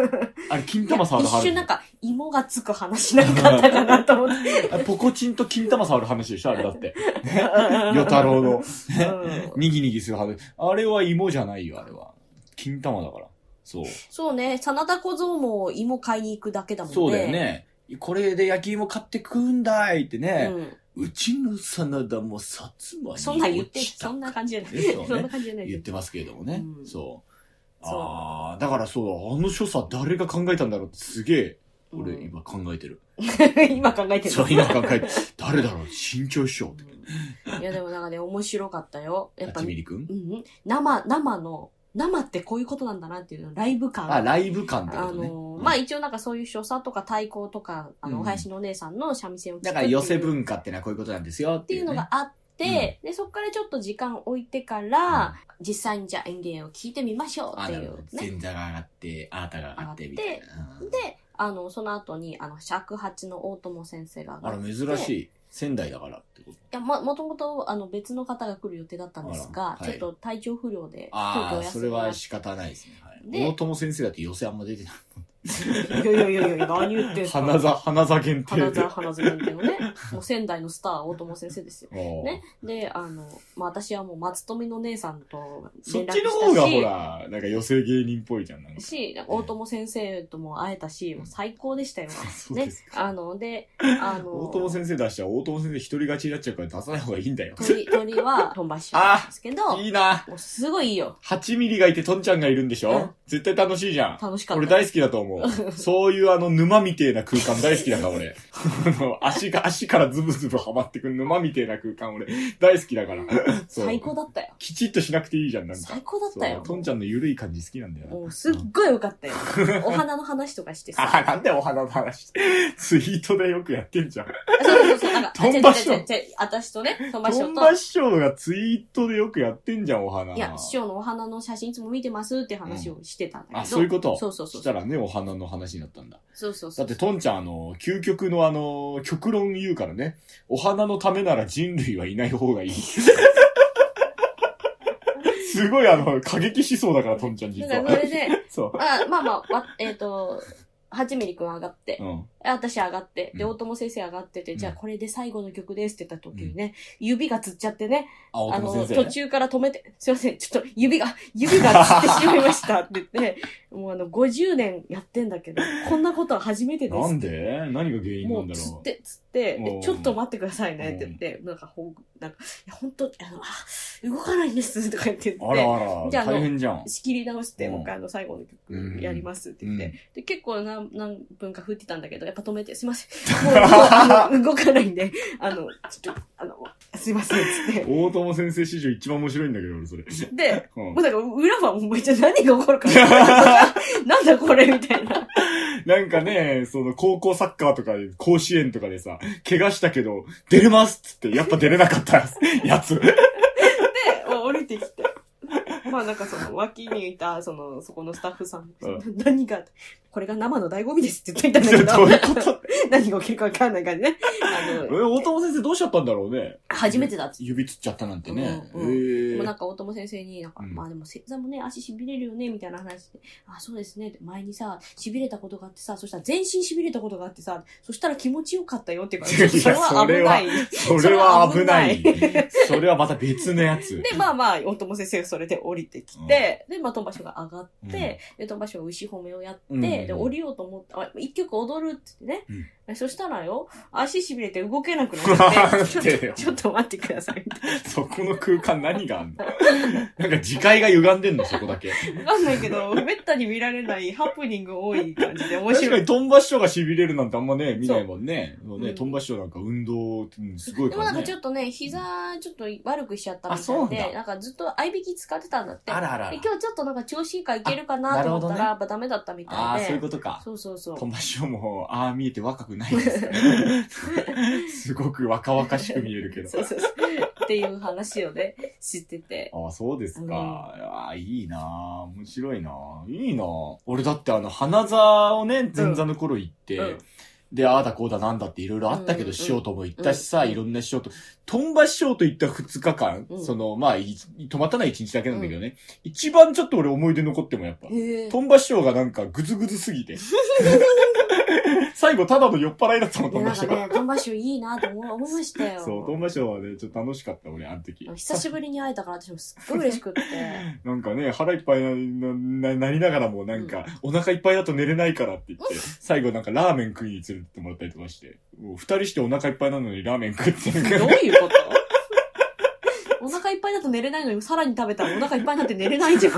[LAUGHS]
あれ、金玉触る
一
話
瞬なんか、芋がつく話なんかあったかなと思って。
あれポコチンと金玉触る話でしょあれだって。ね。 [LAUGHS] 与太郎の。
うん
にぎにぎする話。あれは芋じゃないよ、あれは。金玉だから。そう。
そうね、真田小僧も芋買いに行くだけだもんね。
そうだよね。これで焼き芋買って食うんだいって
う
ね。
ん。
うちの真田も薩摩に落ちた
そんなん言って、そんな感じじゃない。
でしょうね
そんな感じじゃない。
言ってますけれどもね。
うん
そう。
そう
ああ、だからそう、あの所作誰が考えたんだろうってすげえ、俺
[LAUGHS]
うん
今考えてる。
今考えてる。
そう、今考えてる。誰だろう新潮師匠って。
いやでもなんかね、面白かったよ。やっぱ、
八
う
ミ
ん
リくん
うん、生、生の、生ってこういうことなんだなっていうの、ライブ感。
あ、ライブ感ってこ
あ
とね。
の
う
ー、
ん
まあ、一応なんかそういう所作とか太鼓とか、あ
う
の、
ん
お林のお姉さんの三味線を聞く
だから寄せ文化ってのはこういうことなんですよっ
ってて
い、
いうう
ね。
のがあって、で、そこからちょっと時間置いてから、実際にじゃあ演芸を聞いてみましょうってい
あなる
う
ほど
ね。
前座が上がって、あーたが上がってみたいな。うん
で、あの、その後に、あの、尺八の大友先生が上
あ
がっ
ら、
て。
珍し
い。い
い。仙台だからってこと。
や、も、もともと、あの、別の方が来る予定だったんです
あ
が、
らはい
ちょっと体調不良で、
あ
急遽お
あ、
休
そ
み
れ
にな
は
っ
仕方ないですね。はい
で
大友先生だって寄せあんま出てない。
いやいやいやいや、何言ってんすか
花座、花座限定
花
で
沢。花沢っていうのね、もう仙台のスター、大友先生ですよ。
おー
ね。で、あの、まあ、私はもう松富の姉さんと
そ
連
っ
絡
ち
した
の方
し、
がほら、なんか寄せ芸人っぽいじゃん。なんか
し、大友先生とも会えたし、もう最高でした
[LAUGHS]
よ。
そう
ね
です。
あの、で、
[LAUGHS]
あ
大
の、
友先生出したら大友先生一人勝ちになっちゃうから出さない方がいいんだよ。
鳥、鳥は飛ばしちゃうんですけど、
いいな。
もうすごいいいよ。
8ミリがいてトンちゃんがいるんでしょ、
うん
絶対楽しいじゃん。
楽しかった。
俺大好きだと思う。も
[LAUGHS]
う、そういうあの沼みてえな空間大好きだから俺。 [LAUGHS] あの足が、足からズブズブはまってくる沼みてえな空間俺、大好きだから。そう
最高だったよ。
きちっとしなくていいじゃん、なんか
最。高だった
そう
よ。
トンちゃんのゆるい感じ好きなんだよな。
もうすっごいよかったよ。お花の話とかしてさ。
ああ、なんでお花の話ツイートでよくやってんじゃん。
そうそうそ
[LAUGHS]
う。なんか、あ
トンバ師匠
違う違う違う違う私とね、トンバ師
トン
匠
バ
と。
師匠がツイートでよくやってんじゃん、お花。
いや、師匠のお花の写真いつも見てますって話をしてたんだけど。
あ、そういうこと
そうそうそ
し
う
た。らね、お花の話になったんだ。
そうそうそ
だっ
う。
て、トンちゃん、あの、究極のあの、極論言うからね。お花のためなら人類はいない方が
[LAUGHS]
いい。すごいあの、過激思想だから、トンちゃん実
だから
は
そ。れで、
そう。
あまあまあ、わえっ、と、8ミリくん上がって、
うん。
私上がって、で、
うん
大友先生上がってて、
うん
じゃあこれで最後の曲ですって言った時にね、指がつっちゃってね、
あ、大
あ
友
の、
先生、
途
ね。
中から止めて、すいません、ちょっと指が、指がつってしまいましたって言って、 [LAUGHS] もうあの、50年やってんだけど、こんなことは初めてです。
なんで何が原因な
も
ん
う
だ
つっ
ろう。
てつって
う
え
ん
ちょっと待ってくださいねって言って、なんかほんなんかいや本当あのあ動かないんですとか言って言
あ
って
らあ
じゃあ
ら、
あの
大変じゃん。
仕切り直して、
うん
もう一回あの最後の
うん
曲やりますって言って、
うん
で結構何何分か振ってたんだけどやっぱ止めてすいません
[LAUGHS]
もうもうあの動かないんであのちょっとあのすいませんっつって
大友先生史上一番面白いんだけど、俺、それ。
で [LAUGHS]
うん
もうなんか裏はもうめっちゃ何が起こるか分か
[LAUGHS]
んないなんだこれみたいな
[LAUGHS] なんかね、その高校サッカーとかで、甲子園とかでさ、怪我したけど、出れますっつって、やっぱ出れなかったやつ。
で、もう降りてきて。まあなんかその脇にいた、その、そこのスタッフさん
う、
何が、これが生の醍醐味ですって言
[LAUGHS]
ってたんだ
[LAUGHS] どういう
け
こ
ど、
と
[LAUGHS] 何が起きるかわかんないからね。あ
え、
の、
大友先生どうしちゃったんだろうね。
初めてだっつって
指つっちゃったなんてね。
う
え
んうん
え
もうなんか大友先生になんか、
うん
まあでも正座もね、足痺れるよね、みたいな話で、あ、そうですね、って前にさ、痺れたことがあってさ、そしたら全身痺れたことがあってさ、そしたら気持ちよかったよって言うから、
[LAUGHS] いや
それは危ない。
それは危ない
そ。
それはまた別のやつ。
で、まあまあ、大友先生がそれで降りてきて、で、まあ、トンバショが上がって、で、トンバショが牛褒めをやって、
うん
で、降りようと思った、あ一曲踊るって言ってね、そしたらよ、足痺れて動けなくなっ
なん
て、
で
[LAUGHS] ちょ
よ
っとちょっと待ってください、みたい
そこの空間何があんの [LAUGHS] なんか次回が歪んでんの、そこだけ。
わかんないけど、めったに見られないハプニング多い感じで面
確
白
か
い。
に、トンバ師匠が痺れるなんてあんまね、見ないもんね。そう
う
ね、
ん
トンバ師匠なんか運動、うんすごい
で
か
も
ら
なん
ね。
かちょっとね、膝ちょっと悪くしちゃったみ
あそう
た
ないんだ
で、なんかずっと合いびき使ってたんだって。
あらあらあら
で今日ちょっとなんか調子いいからいけるかなと思ったら、
あ
やっぱダメだったみ
あ
た
あ、
いで。
そういうことか。
そうそうそう
トンバ師匠も、ああ見えて若くないですから
[LAUGHS]
すごく若々しく見えるけど。
そうそうそう。っていう話をね、知ってて。
ああ、そうですか。ああ、いいなあ面白いなあいいなあ俺だってあの、花座をね、前座の頃行って、
うん
で、ああだこうだなんだっていろいろあったけ
うんう
ど、
ん
師匠とも行ったしさ、
うん
いろんな師匠と、とんば師匠と行った2日間、
うん
その、まあ、い泊まったのは1日だけなんだけどね、一番ちょっと俺思い出残ってもやっぱ、
へえ。
とんば師匠がなんかグズグズすぎ
[LAUGHS]
て。最後ただの酔っ払いだったもん、と
で
ん
な
ば
ん
師
か
匠。
ね、トンバッシュいいなと思思いましたよ。
そう、トンバ師匠はね、ちょっと楽しかった、俺、あの時。
久しぶりに会えたから私もすっごい嬉
[LAUGHS]
しくって。
なんかね、腹いっぱいななななりながらもなんか、お腹いっぱいだと寝れないからって言って、最後なんかラーメン食いに連れてってもらったりとかして、もう二人してお腹いっぱいなのにラーメン食って
ど
なん
う
か、
いうことお腹いっぱいだと寝れないのに、さらに食べたらお腹いっぱいになって寝
[LAUGHS]
れないじゃん。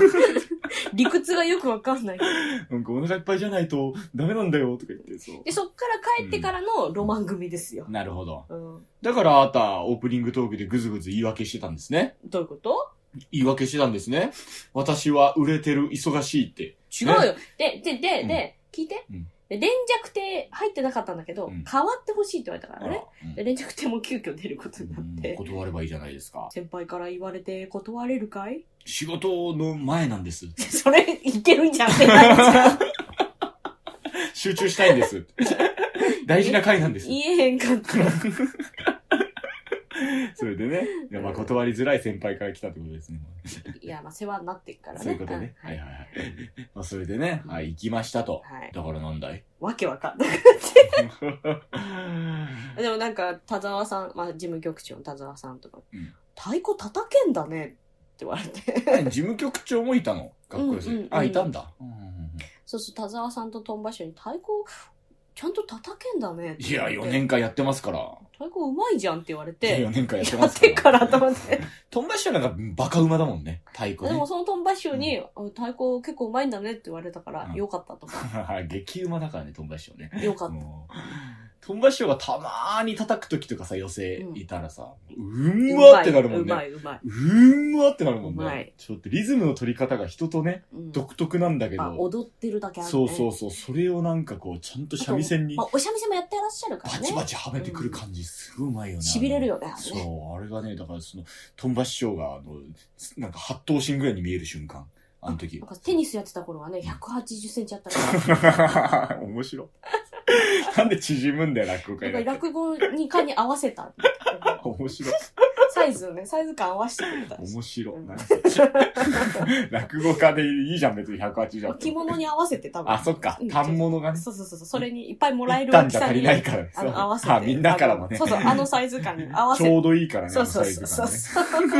理屈がよくわかんないけど。
なんかお腹いっぱいじゃないとダメなんだよとか言って、そ
で、そっから帰ってからのロマン組ですよ。
う。なるほど。
うん。
だからあなた、オープニングトークでぐずぐず言い訳してたんですね。
どういうこと
言い訳してたんですね。私は売れてる、忙しいって。
違うよ。で、で、で、で、聞いて
うん。
で、連弱亭入ってなかったんだけど、
うん
変わってほしいって言われたからね。
うん
で連弱亭も急遽出ることになっ
うん
て。
断ればいいじゃないですか。
先輩から言われて断れるかい [LAUGHS]
仕事の前なんです。
それ、いけるんじゃんってなる
[LAUGHS]
じゃん。
集中したいんです。大事な回なんです。
言えへんかった。
[LAUGHS] それでね、いやまあ断りづらい先輩から来たってことですね。
いや、まあ、世話になってっからね。
そういうことね。
ん
はいはいはい。まあそれでね、はい、行きましたと。
はい。
だからなんだい
わけわかんない。
[LAUGHS]
でもなんか、田沢さん、まあ、事務局長の田沢さんとか、
うん
太鼓叩けんだねって言われて。
事務局長もいたの学校寄
うんうんう
せ
ん。
あ、いたんだ。うんうんうん
そうそう、田沢さんとトンバ師匠に太鼓、
ちゃんと叩けんだねって
いや、4年間やってますから。
太鼓うまいじゃんって言われて、
4年間やって
や
ま
っ
すか
て
ら。
から
[LAUGHS]
頭で。
トンバッシュなんかバカ馬だもんね。太鼓
で
ね
も。そのトンバッシュに、あ太鼓結構うまいんだねって言われたから、
うん
よかったとか。
[LAUGHS] 激馬だからね、トンバッシュね。
よかった。
もうトンバッシュがたまーに叩く時とかさ、寄せいたらさ、 [LAUGHS] うん、
う
わ
ま
っ
い
てなるもん
うま
ね。
いうまい。
うんわってなるもん
うまい
ね。ちょっとリズムの取り方が人とね、
うん
独特なんだけ
あ、
ど、
踊ってるだけあるね。
そうそうそう、それをなんかこう、ちゃんと三味線に
まあ、お三味線もやってらっしゃるか
バ
らね。
チバチはめてくる感じ、すごいうまいよね。
痺れるよねあれね
そう、あれがね、だからその、トンバ師匠が、あの、なんか八頭身ぐらいに見える瞬間、あの時
なん。かテニスやってた頃はね、180センチあったか
[LAUGHS]
ら。
面白い。なんで縮むんだよ、落語
だ
会
から
だって。
落語にかに合わせ
[LAUGHS]
た。
面白い。
サイズをね、サイズ感合わせてくれた。
面白い。なんか [LAUGHS] 落語家でいいじゃん、別に180じゃん。
着物に合わせて多分。
あ、そっか
う。ん
単物がね。
そうそうそうそう。それにいっぱいもらえる
一旦
大き
じゃ
さ
足
に
りないからね。
あの
そう
合わせて。
あみんなからもね
あのそうそう、あのサイズ感に合わせ
ち
て。
ょうどいいからね、
そうそうそう
あのサイ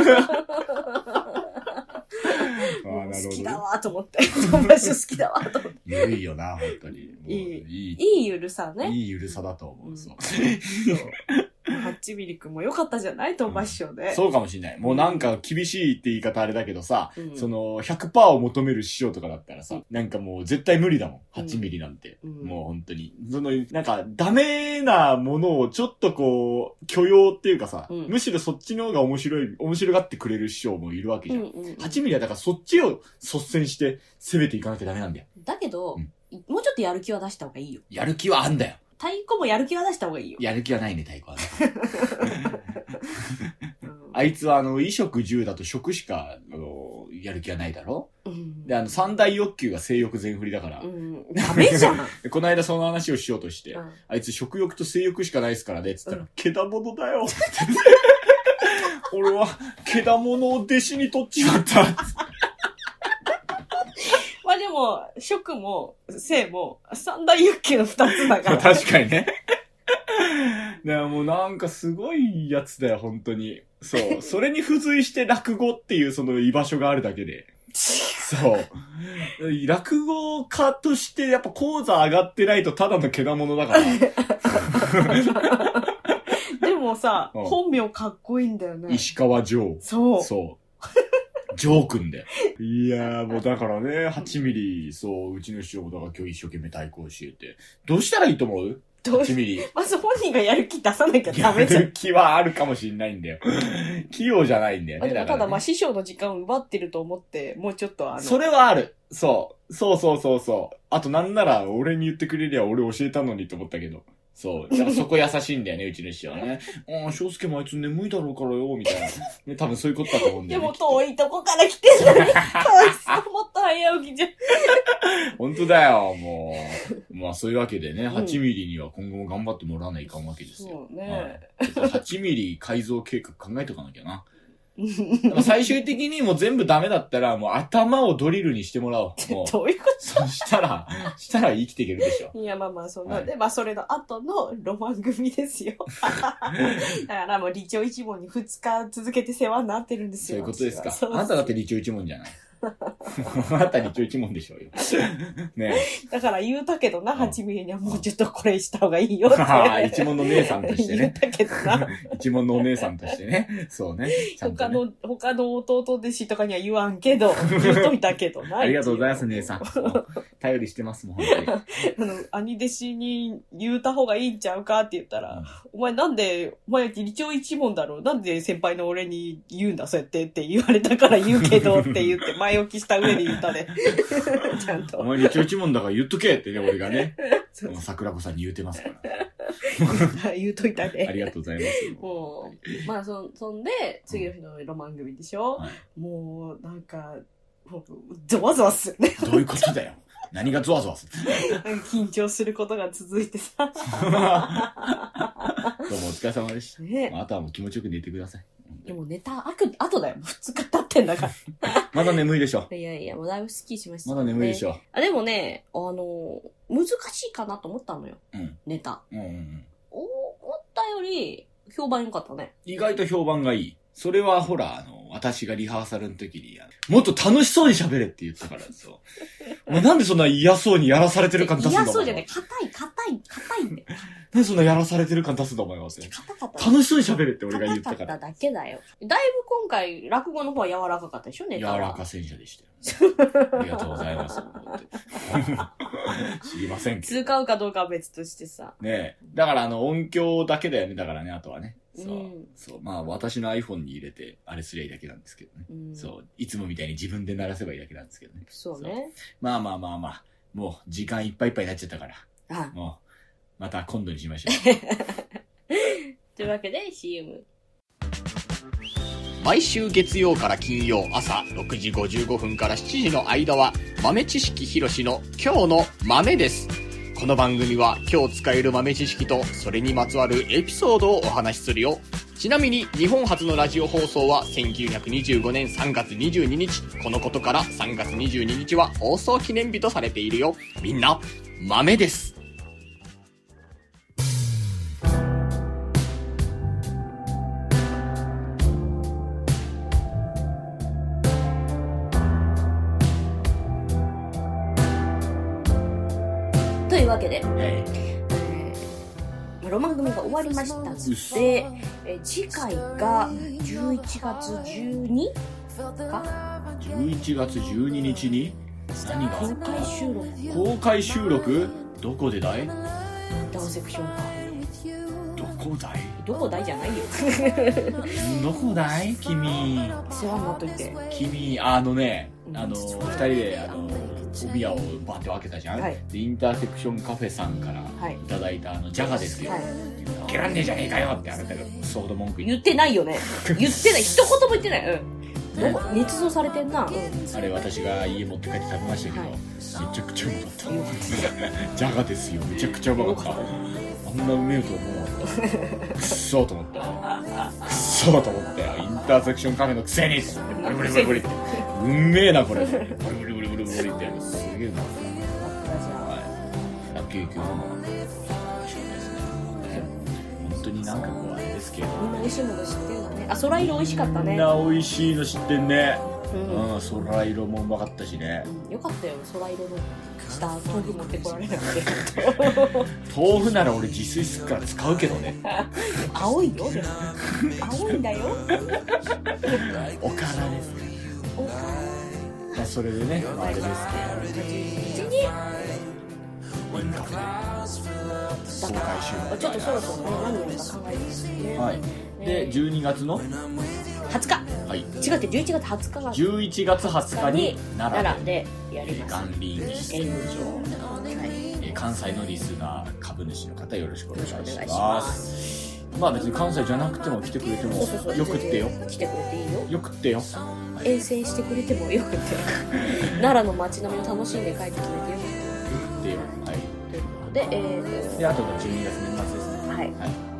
ズ
そう。 [LAUGHS]
感ね。あーなる
好き
ほ
だ
ど
わと思って。 [LAUGHS] 友達好
[LAUGHS]
きだわと思って。
ね。いいよな、本当に。もう
いい
いい
いいゆるさね。
いいゆるさだと思う。そう
ハッチミリ君も良かったじゃないトンバッショーで。
[LAUGHS] そうかもしれない。もうなんか厳しいって言い方あれだけどさ、
うん
その100%を求める師匠とかだったらさ、なんかもう絶対無理だもん。
うん
8ミリなんて。
うん
もう本当に。その、なんかダメなものをちょっとこう、許容っていうかさ、
うん
むしろそっちの方が面白い、面白がってくれる師匠もいるわけじゃん。
うんうん
8ミリはだからそっちを率先して攻めていかなきゃダメなんだよ。
だけど、
うん
もうちょっとやる気は出した方がいいよ。
やる気はあんだよ。
太鼓もやる気は出した方がいいよ。
やる気はないね、太鼓はね。
うん
あいつはあの、衣食住だと食しか、あの、やる気はないだろ
うん
で、あの、三大欲求が性欲全振りだから
う、ん。
ダメ
[LAUGHS]
じゃん。
でこの間その話をしようとして、
うん
あいつ食欲と性欲しかないですからね、つったら、けだものだよ、つって。俺は、けだものを弟子に取っちまった。
まあでも、食も性も三大欲求の二つだか
[LAUGHS]
ら。
確かにね。だからもうなんかすごいやつだよ、本当に。そう。それに付随して落語っていうその居場所があるだけで。そう。落語家としてやっぱ講座上がってないとただのけだものだから。
でもさ、
うん
本名かっこいいんだよね。
石川城。
そう。
そう。ジョー君で。いやー、もうだからね、8ミリ、そう、うちの師匠もだから今日一生懸命対抗してて、どうしたらいいと思う
どう
?8 ミリ。
まず本人がやる気出さなきゃダ
や
メ
め
じゃん。
る気はあるかもしんないんだよ。器用じゃないんだよ
まあ
ね。
で
だ
もた
か
だ
ら
まあ
ね。
師匠の時間を奪ってると思って、もうちょっとあの。
それはある。そう。そうそうそうそう。あとなんなら、俺に言ってくれりゃ俺教えたのにと思ったけど。そう。だからそこ優しいんだよね、うちの師匠はね。ああ、翔介もあいつ眠いだろうからよ、みたいな。ね、多分そういうことだと思うんだ
で
よね
も。遠いとこから来て
[LAUGHS]
るのに、かわいそう、もっと早起きじゃん。
本当だよ、も
[LAUGHS]
う。まあ、そういうわけでね、8ミリには今後も頑張ってもらわないかんわけですよ。
そうね。
はい、ちょっと8ミリ改造計画考えとかなきゃ
[LAUGHS]
な。まあ最終的にもう全部ダメだったら、もう頭をドリルにしてもらお
[LAUGHS]
う。もう
どういうこ
そしたら、したら生きていけるでしょ。
といや、まあまあ、そんな、
はい
で、まあ、それの後のロマン組です
[LAUGHS]
よ。だからもう、理長一門に2日続けて世話になってるんです
そうい
よ。
うことですか
私。は
あなただって理長一門じゃ
[LAUGHS]
ない。あなた理長一門でしょうよ。ねえ。
だから言うたけどな、
ん
8ミリにはもうちょっとこれした方がいいよって。
ああ、 [LAUGHS] 一門の姉さんとして
[LAUGHS] 言う
ね。
たけどな。
[LAUGHS] 一門のお姉さんとしてね。そうね。ちゃんと
他
ね、
の、他の弟弟子とかには言わん
[LAUGHS]
けど、言うといたけどな。
ありがとうございます、姉さん。頼りしてますもん、本当に。
あの、 [LAUGHS] 兄弟子に言うた方がいいんちゃうかって言 [LAUGHS] ったら、
うん
お前なんで、お前理長一問だろなんで先輩の俺に言うんだ、そうやってって言われたから言うけどって言
[LAUGHS]
って、前置きした上で言ったね。ちゃん
お
と。 [LAUGHS]
前に一応一問だから言っとけってね、俺がね。
そう
桜子さんに言うてますから。
言うといた
あ
ね。
りがとうございます。
もう、まあそ、そんで、次の日のロマン組でしょ、
はい
もう、なんか、もうゾワゾワするね。
どういうことだよ。何がゾワゾワ
[LAUGHS]
する
なんか緊張することが続いてさ。
どうもお疲れ様でした。
ね
あとはもう気持ちよく寝てください。
でもネタ
あく、あとだよ。2日経ってんだから。
まだ眠いでしょ。
いやいや、もうだいぶスッキリしました、
まだ眠いでし
ょ。
ょ。
あでもね、あの、難しいかなと思ったのよ。
うん
ネタ。
うんうんうん。
お思ったより、評判良かったね。
意外と評判がいい。それはほら、あの、私がリハーサルの時に、あのもっと楽しそうに喋れって言ったからですよ。お前なんでそんな嫌そうにやらされてる感出すんだ [LAUGHS]
嫌そうじゃない。
お前は
硬い、硬い、硬いんだよ。
なんでそんなやらされてる感出すんだお前は。楽
硬かった。
しそうに喋れって俺が言っ
硬か
たか
っ
ら [LAUGHS]
た。だけだよ。
だいぶ今回、落語の方は柔らかかったでしょ、ネ
柔
タは。
らか戦車でしたよ、ね。ありがとうござい [LAUGHS] ます。知りませんけど。
通買うかどうかは別としてさ。
ねえ。だからあの音響だけだよね。だからね、あとはね。そう。
うん
そう。まあ私の iPhone に入れて、あれすりゃいいだけなんですけどね。
うん、
そう。いつもみたいに自分で鳴らせばいいだけなんですけどね。
そうね。
まあまあまあまあ。もう時間いっぱいいっぱいになっちゃったから。
あ
もう、また今度にしましょう。
[LAUGHS]
というわけで CM。
毎週月曜から金曜朝6時55分から7時の間は豆知識ひろしの今日の豆です。この番組は今日使える豆知識とそれにまつわるエピソードをお話しするよ。ちなみに日本初のラジオ放送は1925年3月22日。このことから3月22日は放送記念日とされているよ。みんな、豆です。
というわけで、
はい。
えーロマン組が終わりましたので、えー次回が11月 12?
11月12日に、何
公
が
開収録
公開収録どこでだい
ダウンセクションか
どこだい
どこだいじゃないよ
どこだい君。
世話になっといて
君、あのね、あの、二人で、あの、小屋をバンって分けたじゃん、
はい
で、インターセクションカフェさんから
はい
いただいた、あの、ジャガですよ。
はい
いけらんねえじゃねえかよってあなたがソード文句言
言
っ
ってないよね。言ってない。一言も言ってない。うん。
て、ね、
捏造されてんな、うん、
あれ私が家持って帰って食べましたけど、
はい
めちゃくちゃうまかった。ジャガですよ、めちゃくちゃうまかった。あんなうめえと思わなかった。くっそーと思って。くっそーと思って。インターセクションカフェのくせにブリブリブリブリって。うめえな、これ。ブリブリブリブリブリって。すげえうまかった。はい。ラッキー級のも美味しかったですね。本当になんかこう、あれですけど。
みんな美味しいもの知ってるのねあ空色美味しかった
みん
ね、
な美味しいの知ってんね。
うん
うん、空色もうまかったしね。
よかったよ空色のした豆腐持ってこられなくて
豆腐なら俺自炊するから使うけどね
青い
[LAUGHS]
よでも青いんだよ
おからですねまあそれでね、まあ、あれですけどインカフェ公開収
ちょっとそろそろね何やるか考えてますね
録はいで12月の、
20
はい、
日違って11月20日が
11月20日に奈良
並ん
で
でやり
えー
ます
元林技術劇場えー関西のリスナー株主の方よろしくお願いします
お願いします
まあ別に関西じゃなくても来てくれても
そうそうそう
よくってよ
来てくれていいよ
よくってよ
遠征してくれてもよ
[LAUGHS]
くて奈良の街並みを楽しんで帰ってくれてよ
ってよはい
でえー
であとが12月年末ですね
とはい
はい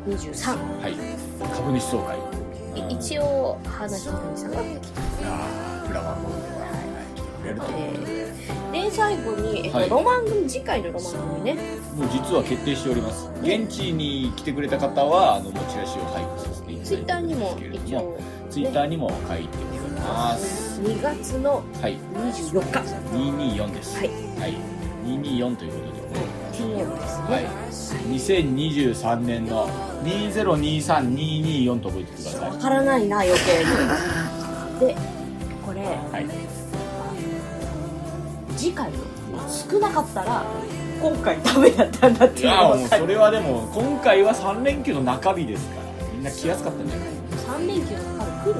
23
はい、株主総会
で一応花ひなみさんが来て
がフラワーボールでははい来てくれるということで
で最後に、えっと
はい
ロマン組次回のロマン組ね
もう実は決定しております現地に来てくれた方はあの持ち出しを配布させていただいて
ツイッターにも
るんですけ
一
れども
応
ツイッターにも書いております
2月の
はい
24日
224です
はい、
はい、224ということで
TM ですね、
はい、2023年の2023224と覚えてください
わからないな余計に
[LAUGHS]
でこれ
はい
次回の少なかったら
今回ダメだったんだって
い
いう
や
の
もう
が
それはでも今回は3連休の中日ですからみんな来やすかったんじゃない
3連休の中で来る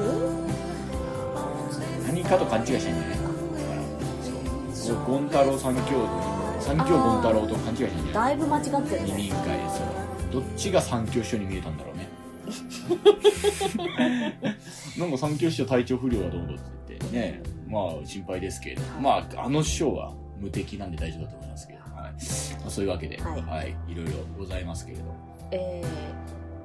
何かと勘違いしてんじゃないそうゴン太郎三兄弟三兄ゴン太郎と勘違いしてんじゃない
だいぶ間違ってる
二
ね
人会そうどっちが三教師匠に見えたんだろうねなんか三教師匠体調不良はどうのって言ってねまあ心配ですけれどまああの師匠は無敵なんで大丈夫だと思いますけど、はいまあ、そういうわけで、
は
はいいい、ろいろございますけれど
え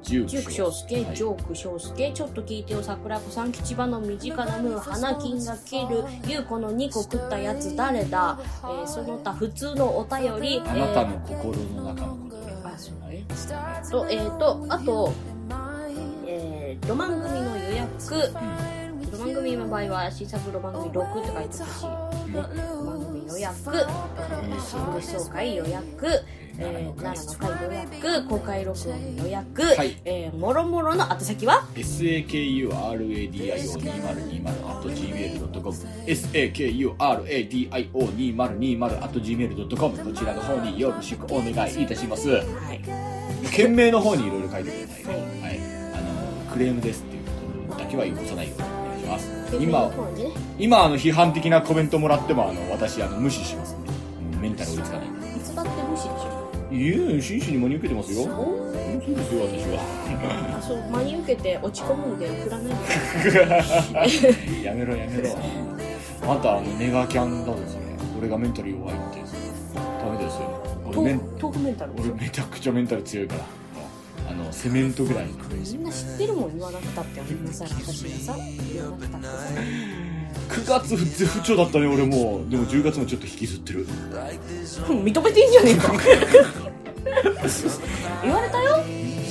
十
ー、ジューク翔介、
はい
ジョーク翔介、ちょっと聞いてよ、桜子さん、吉場の身近なムー、花金が切る、ゆうこの2個食ったやつ誰だ、えー、その他普通のお便り、
あなたの心の中のことね
えーあそう
はい
と、えー、と、あと、えー
えーロマン組の予約、ロマン組の場合は新作ロマン組6って書いてほしい、でロマン組予約、えー、新語総会予約、えー、奈良の会予約公開録音予約、
い
えーもろもろの宛先は
sakuradiO2020.gmail.com sakuradiO2020.gmail.com こちらの方によろしくお願いいたします
はい
件名の方にいろいろ書いてください、
はい
はい、あのクレームですっていうことだけはよこさないようにお願いします
の
今
方にね
今あの批判的なコメントもらってもあの私あの無視しますんでうんメンタル追いつかないんで
いつだって無視でしょ
いえ真摯に真に受けてますよ
そ
そうですよ私は
あそう真に受けて落ち込むんで送らないでください
やめろやめろあなたあのネガキャンだぞそれ俺がメンタル弱いってダメですよ俺メン
豆腐メンタル
俺めちゃくちゃメンタル強いからあのセメントぐらい
みんな知ってるもん言わなくたってごめんなさい私がさ言わなくたってさ
9月絶不調だったね俺もうでも10月もちょっと引きずってる
うん認めていいんじゃねえか
[LAUGHS] 言われたよ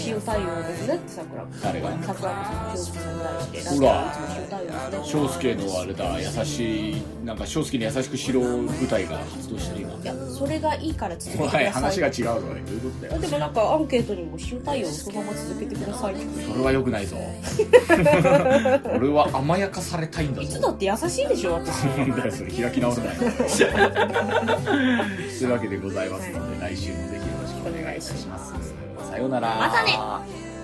塩対応ですねって桜子さん
誰が
桜子さんの教室に対して
ほら
ラジオいつも塩対応ですね
翔介のあれだ優しいなんか翔介に優しくしろ舞台が発動してる今
いやそれがいいから続けてくだ
お
さい
い話が違うぞおいどういうことだよ
でもなんかアンケートにも塩対応をそのまま続けてくださいって
それは良くない [LAUGHS] ぞ俺は甘やかされたいんだ
いつ
ぞ
だって優しいでしょ私
[LAUGHS] なんだよそれ開き直るなよというわけでございますので来週もぜひよろしくお願いいたしますさようなら
またね
ね